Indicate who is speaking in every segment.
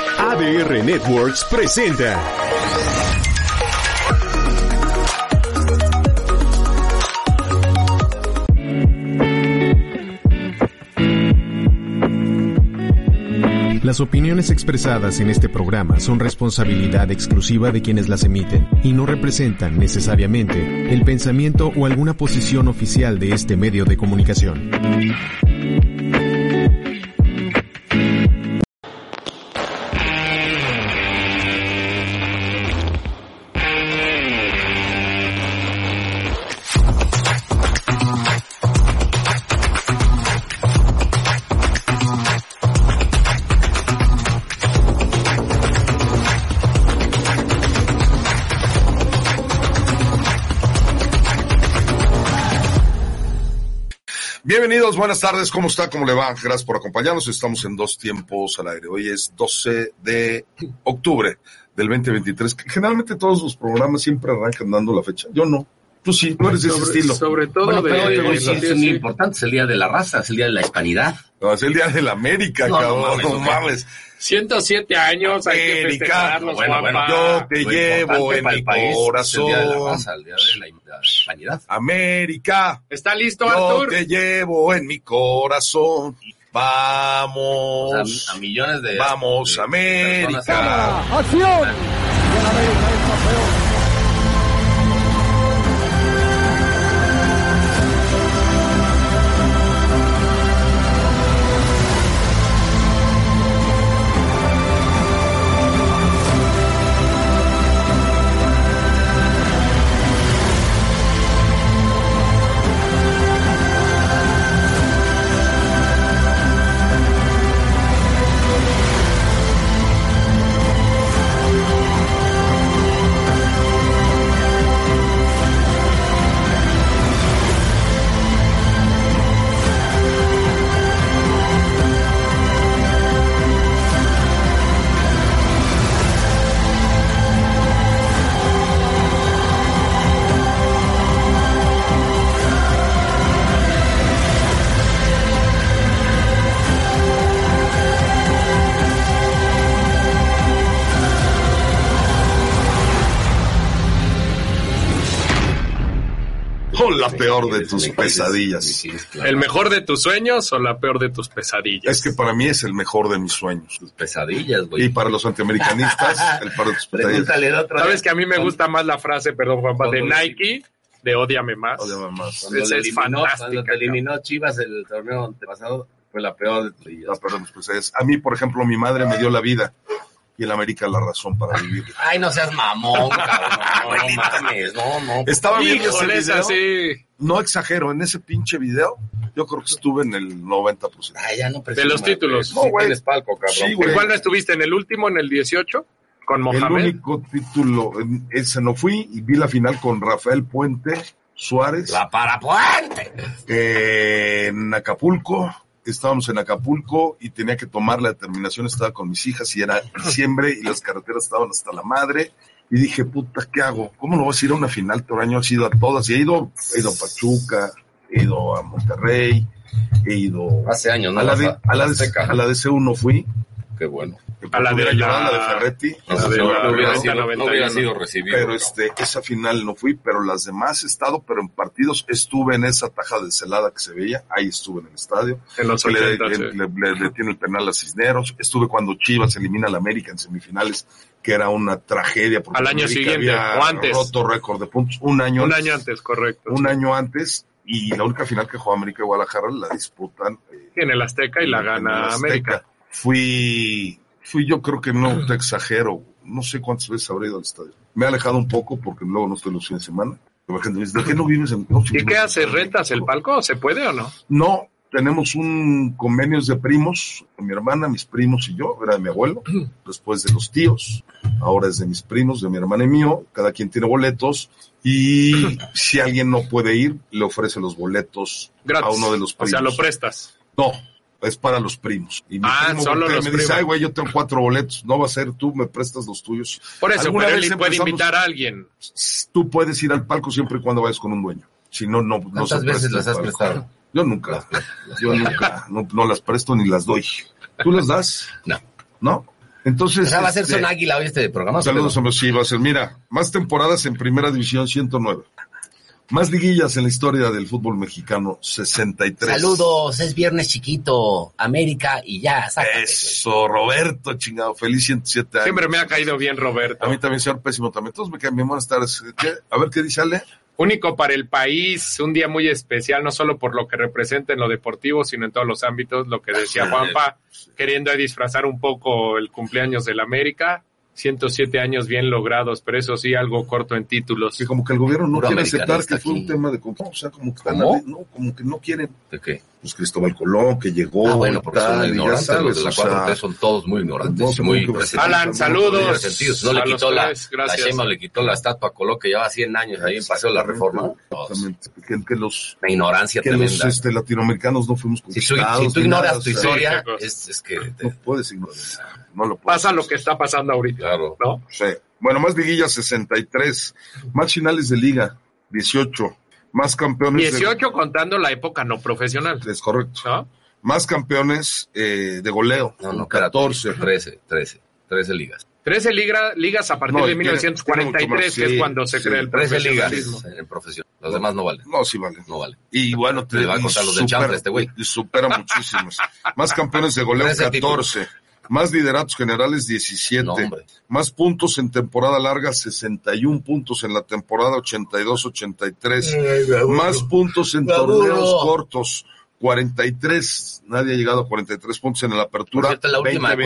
Speaker 1: CR Networks presenta. Las opiniones expresadas en este programa son responsabilidad exclusiva de quienes las emiten y no representan necesariamente el pensamiento o alguna posición oficial de este medio de comunicación.
Speaker 2: Bienvenidos, buenas tardes, ¿cómo está? ¿Cómo le va? Gracias por acompañarnos. Estamos en dos tiempos al aire. Hoy es 12 de octubre del 2023. Generalmente todos los programas siempre arrancan dando la fecha. Yo no. Tú sí, tú eres de ese
Speaker 3: Sobre,
Speaker 2: estilo.
Speaker 3: sobre todo
Speaker 4: Bueno,
Speaker 3: de,
Speaker 4: pero hoy, hoy
Speaker 3: de-
Speaker 4: sí es
Speaker 3: sí,
Speaker 4: muy
Speaker 3: sí.
Speaker 4: importante, es el Día de la Raza, es el Día de la Hispanidad.
Speaker 2: No, es el Día de la América,
Speaker 4: No, no
Speaker 2: cabrón.
Speaker 4: mames,
Speaker 2: No
Speaker 4: no
Speaker 2: mames.
Speaker 3: 107 años, hay que
Speaker 2: América.
Speaker 3: festejarlos,
Speaker 4: Bueno, bueno,
Speaker 3: guapa.
Speaker 2: Yo te
Speaker 4: Lo
Speaker 2: llevo
Speaker 4: importante
Speaker 2: en
Speaker 4: para es el Día de
Speaker 2: el
Speaker 4: la
Speaker 2: corazón.
Speaker 4: Raza, el Día de la la Hispanidad.
Speaker 2: América,
Speaker 3: ¿Está listo,
Speaker 2: yo
Speaker 3: Artur?
Speaker 2: te llevo en mi
Speaker 4: O
Speaker 2: corazón. Vamos.
Speaker 4: sea, a millones de.
Speaker 2: Vamos,
Speaker 4: de- de
Speaker 2: América.
Speaker 4: personas.
Speaker 2: Con la peor de
Speaker 4: Tienes
Speaker 2: tus
Speaker 4: una crisis
Speaker 2: pesadillas.
Speaker 4: existencial.
Speaker 3: ¿El mejor de tus sueños o la peor de tus pesadillas?
Speaker 2: Es que para mí es el mejor de mis sueños.
Speaker 4: Pesadillas,
Speaker 2: Y
Speaker 4: güey.
Speaker 2: para los antiamericanistas, el par de tus pesadillas.
Speaker 4: Pregúntale el otro.
Speaker 3: ¿Sabes que
Speaker 4: día,
Speaker 3: a mí me
Speaker 4: cuando-
Speaker 3: gusta más la frase, perdón, Juanpa, de
Speaker 4: Cuando-
Speaker 3: Nike, de ódiame más?
Speaker 2: Ódiame más.
Speaker 4: Cuando
Speaker 3: Esa
Speaker 4: le
Speaker 3: es
Speaker 4: eliminó-
Speaker 3: fantástica,
Speaker 4: Cuando te
Speaker 3: cabrón.
Speaker 4: eliminó Chivas el torneo antepasado, fue la peor de tus
Speaker 2: La peor de mis pesadillas. pues, A mí, por ejemplo, mi madre me dio la vida y el América la razón para vivir.
Speaker 4: Ay, no seas mamón, cabrón. No,
Speaker 3: No,
Speaker 4: güey, mames, no, no.
Speaker 2: Estaba viendo ese
Speaker 3: Híjole, es
Speaker 2: video.
Speaker 3: así.
Speaker 2: No exagero, en ese pinche video, yo creo que estuve en el 90%.
Speaker 4: Ay, ya no
Speaker 3: De los títulos.
Speaker 2: No,
Speaker 4: No,
Speaker 2: güey.
Speaker 4: güey. Tienes palco, cabrón.
Speaker 2: Sí, güey.
Speaker 3: ¿En cuál no estuviste? ¿En el último, en el 18? ¿Con
Speaker 2: El
Speaker 3: Mohamed?
Speaker 2: único título, en ese no fui y vi la final con Rafael Puente Suárez
Speaker 4: La parapuente.
Speaker 2: eh, en Acapulco. Estábamos en Acapulco y tenía que tomar la determinación. Estaba con mis hijas y era diciembre y las carreteras estaban hasta la madre. Y dije, puta, ¿qué hago? ¿Cómo no vas a ir a una final? Toraño has ido a todas. Y he ido, he ido a Pachuca, he ido a Monterrey, he ido
Speaker 4: Hace años, ¿no?
Speaker 2: a la, de, a, la de,
Speaker 4: Azteca.
Speaker 2: a la de C1 fui.
Speaker 4: Qué bueno.
Speaker 3: A la de
Speaker 2: Hubiera
Speaker 3: la-
Speaker 2: llevado la de Ferretti.
Speaker 3: A la de
Speaker 2: Pero-
Speaker 3: la-
Speaker 4: no, hubiera
Speaker 3: 90,
Speaker 4: sido, no hubiera
Speaker 3: 91.
Speaker 4: sido recibido.
Speaker 2: pero este, esa final no fui, pero las demás he estado, pero en partidos estuve en esa taja de celada que se veía, ahí estuve en el estadio,
Speaker 3: En los
Speaker 2: se le,
Speaker 3: 80,
Speaker 2: le-
Speaker 3: sí.
Speaker 2: le- le detiene el penal a Cisneros, estuve cuando Chivas elimina al América en semifinales, que era una tragedia porque
Speaker 3: Al año
Speaker 2: América
Speaker 3: siguiente,
Speaker 2: había
Speaker 3: o antes.
Speaker 2: roto récord de puntos, un año
Speaker 3: Un
Speaker 2: antes,
Speaker 3: año antes, correcto.
Speaker 2: un año antes, y la única final que jugó América y Guadalajara la disputan eh,
Speaker 3: En el Azteca y la
Speaker 2: en
Speaker 3: gana
Speaker 2: el Azteca.
Speaker 3: América.
Speaker 2: Fui, fui yo creo que no te exagero, no sé cuántas veces habré ido al estadio. Me he alejado un poco porque luego no estoy los fines de semana. Pero la gente me dice, ¿de qué no vives en no,
Speaker 3: ¿Y
Speaker 2: si
Speaker 3: qué
Speaker 2: no-
Speaker 3: haces? ¿Rentas el palco? ¿Se puede o no?
Speaker 2: No, tenemos un convenio de primos, con mi hermana, mis primos y yo, era de mi abuelo, después de los tíos, ahora es de mis primos, de mi hermana y mío, cada quien tiene boletos y si alguien no puede ir, le ofrece los boletos
Speaker 3: Gratis.
Speaker 2: a uno de los
Speaker 3: O
Speaker 2: primos.
Speaker 3: sea, lo prestas.
Speaker 2: No, es para los primos. Y mi
Speaker 3: Ah,
Speaker 2: primo
Speaker 3: solo
Speaker 2: voltea y
Speaker 3: los
Speaker 2: me dice,
Speaker 3: primos.
Speaker 2: ay, güey, yo tengo cuatro boletos, no va a ser tú, me prestas los tuyos.
Speaker 3: Por eso,
Speaker 2: Alguna
Speaker 3: pero
Speaker 2: vez
Speaker 3: él puede
Speaker 2: empezamos-
Speaker 3: invitar a alguien.
Speaker 2: Tú puedes ir al palco siempre y cuando vayas con un dueño. Si no, no, no se
Speaker 4: ¿Cuántas veces
Speaker 2: presta
Speaker 4: las
Speaker 2: el
Speaker 4: has
Speaker 2: palco.
Speaker 4: prestado?
Speaker 2: Yo nunca, yo nunca, no, no las presto ni las doy. ¿Tú las das?
Speaker 4: No.
Speaker 2: ¿No? Entonces.
Speaker 5: Ah, va a ser
Speaker 2: Pues este,
Speaker 5: Son Águila hoy este programa.
Speaker 2: Saludos a los sí, va a ser. Mira, más temporadas en Primera División 109. Más liguillas en la historia del fútbol mexicano 63.
Speaker 5: Saludos, es viernes chiquito, América y ya, sácate.
Speaker 2: Eso, Roberto, chingado, feliz 107 años.
Speaker 3: Siempre me ha caído bien Roberto.
Speaker 2: A mí también, señor pésimo, también. Todos me caen bien, buenas tardes. ¿Qué? A ver qué dice Ale.
Speaker 3: Único para el país, un día muy especial, no solo por lo que representa en lo deportivo, sino en todos los ámbitos, lo que decía Juanpa, queriendo disfrazar un poco el cumpleaños del América, 107 años bien logrados, pero eso sí, algo corto en títulos.
Speaker 2: Que como que el gobierno no
Speaker 5: Puro
Speaker 2: quiere
Speaker 5: americanista
Speaker 2: aceptar que fue un
Speaker 5: aquí.
Speaker 2: tema de control. O sea, como que están
Speaker 5: ¿Cómo?
Speaker 2: ale- no, como que no quieren.
Speaker 5: ¿De qué?
Speaker 2: Pues Cristóbal Colón, que llegó.
Speaker 5: Ah, bueno,
Speaker 2: y
Speaker 5: porque son
Speaker 2: tal, y ya
Speaker 5: ignorantes,
Speaker 2: sabes,
Speaker 5: los de la
Speaker 2: o sea,
Speaker 5: 4T son todos muy
Speaker 2: no
Speaker 5: ignorantes,
Speaker 2: se puede
Speaker 5: muy
Speaker 2: que-
Speaker 5: resentidos.
Speaker 3: Alan,
Speaker 5: muy
Speaker 3: saludos.
Speaker 5: resentidos. No
Speaker 3: a
Speaker 5: le
Speaker 3: los
Speaker 5: quitó la,
Speaker 3: tres,
Speaker 5: la
Speaker 3: gracias.
Speaker 5: Sheinbaum le quitó la estatua a Colón, que lleva 100 años ahí en Paseo de la Reforma.
Speaker 2: Exactamente. Que, que los,
Speaker 5: Una ignorancia
Speaker 2: que los
Speaker 5: tremenda.
Speaker 2: este, latinoamericanos no fuimos
Speaker 5: si,
Speaker 2: conquistados.
Speaker 5: tú, si tú
Speaker 2: ni nada,
Speaker 5: ignoras
Speaker 2: o
Speaker 5: tu
Speaker 2: sea,
Speaker 5: historia,
Speaker 3: sí, qué
Speaker 5: es, es que... te-
Speaker 2: No puedes ignorar. No lo puedes.
Speaker 3: Pasa lo que está pasando ahorita,
Speaker 5: claro.
Speaker 3: ¿no?
Speaker 2: Sí. Bueno, más liguillas 63, más finales de liga 18, más campeones. de-
Speaker 3: 18 contando la época no profesional,
Speaker 2: es correcto.
Speaker 3: ¿no?
Speaker 2: Más campeones eh, de goleo.
Speaker 5: No, no, espérate.
Speaker 2: 14.
Speaker 5: 13, 13, 13 ligas.
Speaker 3: 13 liga- ligas a partir
Speaker 2: No,
Speaker 3: de
Speaker 2: tiene- tiene mucho
Speaker 3: 1943,
Speaker 2: más,
Speaker 3: que
Speaker 2: sí,
Speaker 3: es cuando se
Speaker 2: sí,
Speaker 3: crea el
Speaker 5: 13 ligas
Speaker 3: profesionalismo.
Speaker 5: en el profesional. Los demás no valen,
Speaker 2: No, sí vale.
Speaker 5: no valen.
Speaker 2: Y bueno, te
Speaker 5: Le va a
Speaker 2: y
Speaker 5: contar los del
Speaker 2: supera-
Speaker 5: chanfle este güey.
Speaker 2: Y supera muchísimos. Más campeones de goleo
Speaker 5: Trece
Speaker 2: 14. Más lideratos generales 17.
Speaker 5: No, hombre.
Speaker 2: más puntos en temporada larga 61 puntos en la temporada 82-83. Más puntos en
Speaker 5: Me aburro.
Speaker 2: torneos cortos, 43. Nadie ha llegado a 43 puntos en la
Speaker 5: Por
Speaker 2: apertura.
Speaker 5: cierto, la última
Speaker 2: 20,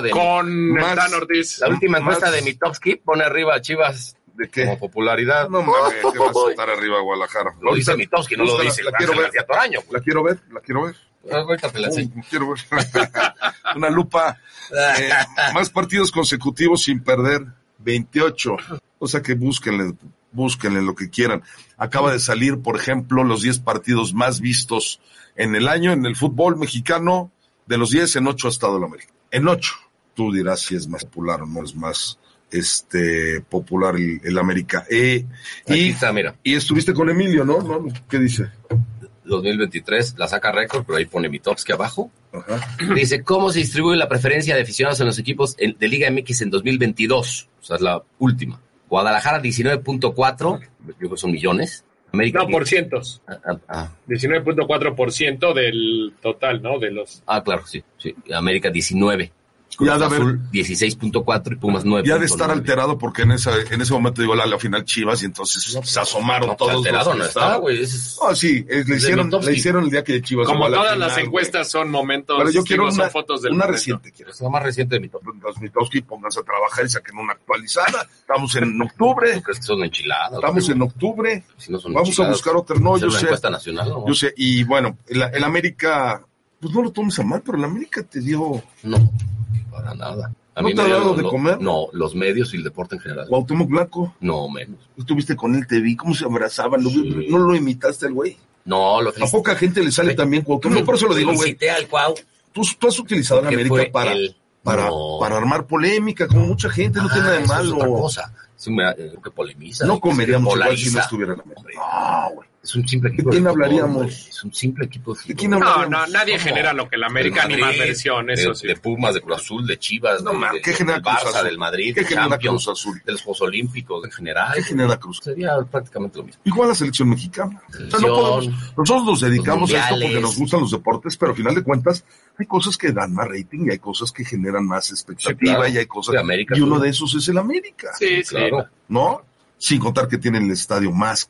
Speaker 2: 22.
Speaker 5: encuesta de...
Speaker 3: Con
Speaker 2: Más-
Speaker 3: Hernán Ortiz.
Speaker 5: La última encuesta
Speaker 2: más-
Speaker 5: de mi top skip pone arriba a Chivas
Speaker 2: ¿De qué?
Speaker 5: como popularidad.
Speaker 2: No mames, que vas a estar arriba de Guadalajara.
Speaker 5: Lo dice
Speaker 2: Ahorita-
Speaker 5: mi top, que no lo
Speaker 2: Búscala,
Speaker 5: dice
Speaker 2: la quiero
Speaker 5: Ángel
Speaker 2: ver.
Speaker 5: García Toraño. pues.
Speaker 2: La quiero ver, la quiero ver.
Speaker 5: Ah, Ahorita te la enseño.
Speaker 2: Uh, quiero ver. Una lupa. Eh, más partidos consecutivos sin perder, 28. O sea que búsquenle, búsquenle lo que quieran. Acaba de salir, por ejemplo, los 10 partidos más vistos en el año en el fútbol mexicano. De los 10, en 8 ha estado el América. En 8. Tú dirás si es más popular o no es más este popular el, el América. Eh,
Speaker 5: Aquí
Speaker 2: y,
Speaker 5: está, mira,
Speaker 2: y estuviste con Emilio, ¿no? ¿No? ¿Qué dice?
Speaker 5: 2023 la saca récord, pero ahí pone mi tops que abajo.
Speaker 2: Ajá.
Speaker 5: Dice, ¿cómo se distribuye la preferencia de aficionados en los equipos en- de Liga MX en 2022? O sea, es la última. Guadalajara 19.4, yo creo que son millones. América
Speaker 3: No, por cientos.
Speaker 5: Ah, ah, ah.
Speaker 3: 19.4% del total, ¿no? De los.
Speaker 5: Ah, claro, sí, sí. América 19. Cruz
Speaker 2: Ya de haber-
Speaker 5: Azul 16.4 y Pumas 9.
Speaker 2: Ya de estar alterado porque en, esa, en ese momento llegó la, la final Chivas y entonces se asomaron
Speaker 5: No, pues,
Speaker 2: todos los
Speaker 5: alterado
Speaker 2: que
Speaker 5: no está,
Speaker 2: estaban.
Speaker 5: güey. ese es-
Speaker 2: Ah, sí, eh, le, hicieron,
Speaker 5: Mitofsky.
Speaker 2: le hicieron el día que Chivas
Speaker 3: Como
Speaker 2: llegó Pues a la
Speaker 3: todas las
Speaker 2: final,
Speaker 3: encuestas son momentos,
Speaker 2: güey. Pero yo quiero
Speaker 3: digo,
Speaker 2: una,
Speaker 3: son fotos del
Speaker 2: una
Speaker 3: momento.
Speaker 2: reciente. Quiero.
Speaker 5: Es la más reciente de mi top.
Speaker 2: Los Mitofsky, pónganse a trabajar y saquen una actualizada. Estamos en octubre,
Speaker 5: ¿Tú crees que son enchiladas?
Speaker 2: estamos
Speaker 5: güey?
Speaker 2: en octubre.
Speaker 5: Si no son
Speaker 2: Vamos a
Speaker 5: enchiladas,
Speaker 2: buscar otra. No,
Speaker 5: ¿hacer
Speaker 2: yo
Speaker 5: una
Speaker 2: sé,
Speaker 5: encuesta nacional? ¿no?
Speaker 2: yo sé. Y bueno, el, el América, pues no lo tomes a mal, pero el América te dio...
Speaker 5: No, para nada. A
Speaker 2: ¿No
Speaker 5: mí
Speaker 2: te
Speaker 5: me
Speaker 2: ha dado
Speaker 5: dieron
Speaker 2: de
Speaker 5: lo-
Speaker 2: comer?
Speaker 5: No, los medios y el deporte en general.
Speaker 2: Cuauhtémoc Blanco,
Speaker 5: No, menos.
Speaker 2: estuviste con él, te vi cómo se abrazaban. lo vi-
Speaker 5: Sí.
Speaker 2: No lo imitaste al güey.
Speaker 5: No, lo
Speaker 2: A poca gente le sale
Speaker 5: Fe-
Speaker 2: también Cuauhtémoc. Yo por eso lo digo, güey.
Speaker 5: Felicité al Cuau.
Speaker 2: Tú, tú has utilizado a la
Speaker 5: porque
Speaker 2: América
Speaker 5: fue
Speaker 2: para,
Speaker 5: el-
Speaker 2: para,
Speaker 5: No.
Speaker 2: para armar polémica, como mucha gente, no
Speaker 5: Ah,
Speaker 2: tiene nada de
Speaker 5: eso Es otra
Speaker 2: malo.
Speaker 5: cosa. Es un- eh, que polemiza.
Speaker 2: No comeríamos igual
Speaker 5: polariza.
Speaker 2: si no estuviera la América.
Speaker 5: Es un simple equipo.
Speaker 2: quién
Speaker 5: fútbol,
Speaker 2: hablaríamos?
Speaker 5: güey. Es un simple equipo.
Speaker 2: ¿De quién
Speaker 5: fútbol.
Speaker 3: No, no, nadie
Speaker 5: ¿Cómo?
Speaker 3: genera lo que la América
Speaker 5: Del
Speaker 3: ni más
Speaker 5: Madrid,
Speaker 3: versión,
Speaker 5: de-
Speaker 3: eso sí.
Speaker 5: De Pumas, de Cruz Azul, de Chivas.
Speaker 2: No,
Speaker 5: de-
Speaker 2: man,
Speaker 5: de-
Speaker 2: ¿qué genera
Speaker 5: del
Speaker 2: Cruz
Speaker 5: Barça,
Speaker 2: Azul?
Speaker 5: del Madrid,
Speaker 2: ¿Qué
Speaker 5: del
Speaker 2: genera Cruz
Speaker 5: Champions,
Speaker 2: Azul?
Speaker 5: de los Juegos Olímpicos en general.
Speaker 2: ¿Qué genera Cruz?
Speaker 5: Sería prácticamente lo mismo.
Speaker 2: Igual la selección mexicana. O sea, no
Speaker 5: Selección.
Speaker 2: podemos- nosotros nos dedicamos
Speaker 5: Los
Speaker 2: a esto porque
Speaker 5: mundiales.
Speaker 2: nos gustan los deportes, pero al final de cuentas hay cosas que dan más rating y hay cosas que generan más expectativa
Speaker 5: Sí, claro.
Speaker 2: y hay cosas...
Speaker 5: De América,
Speaker 2: y uno
Speaker 5: sí.
Speaker 2: de esos es el América.
Speaker 3: Sí, sí.
Speaker 5: Claro.
Speaker 2: ¿no? Sin contar que tienen el estadio más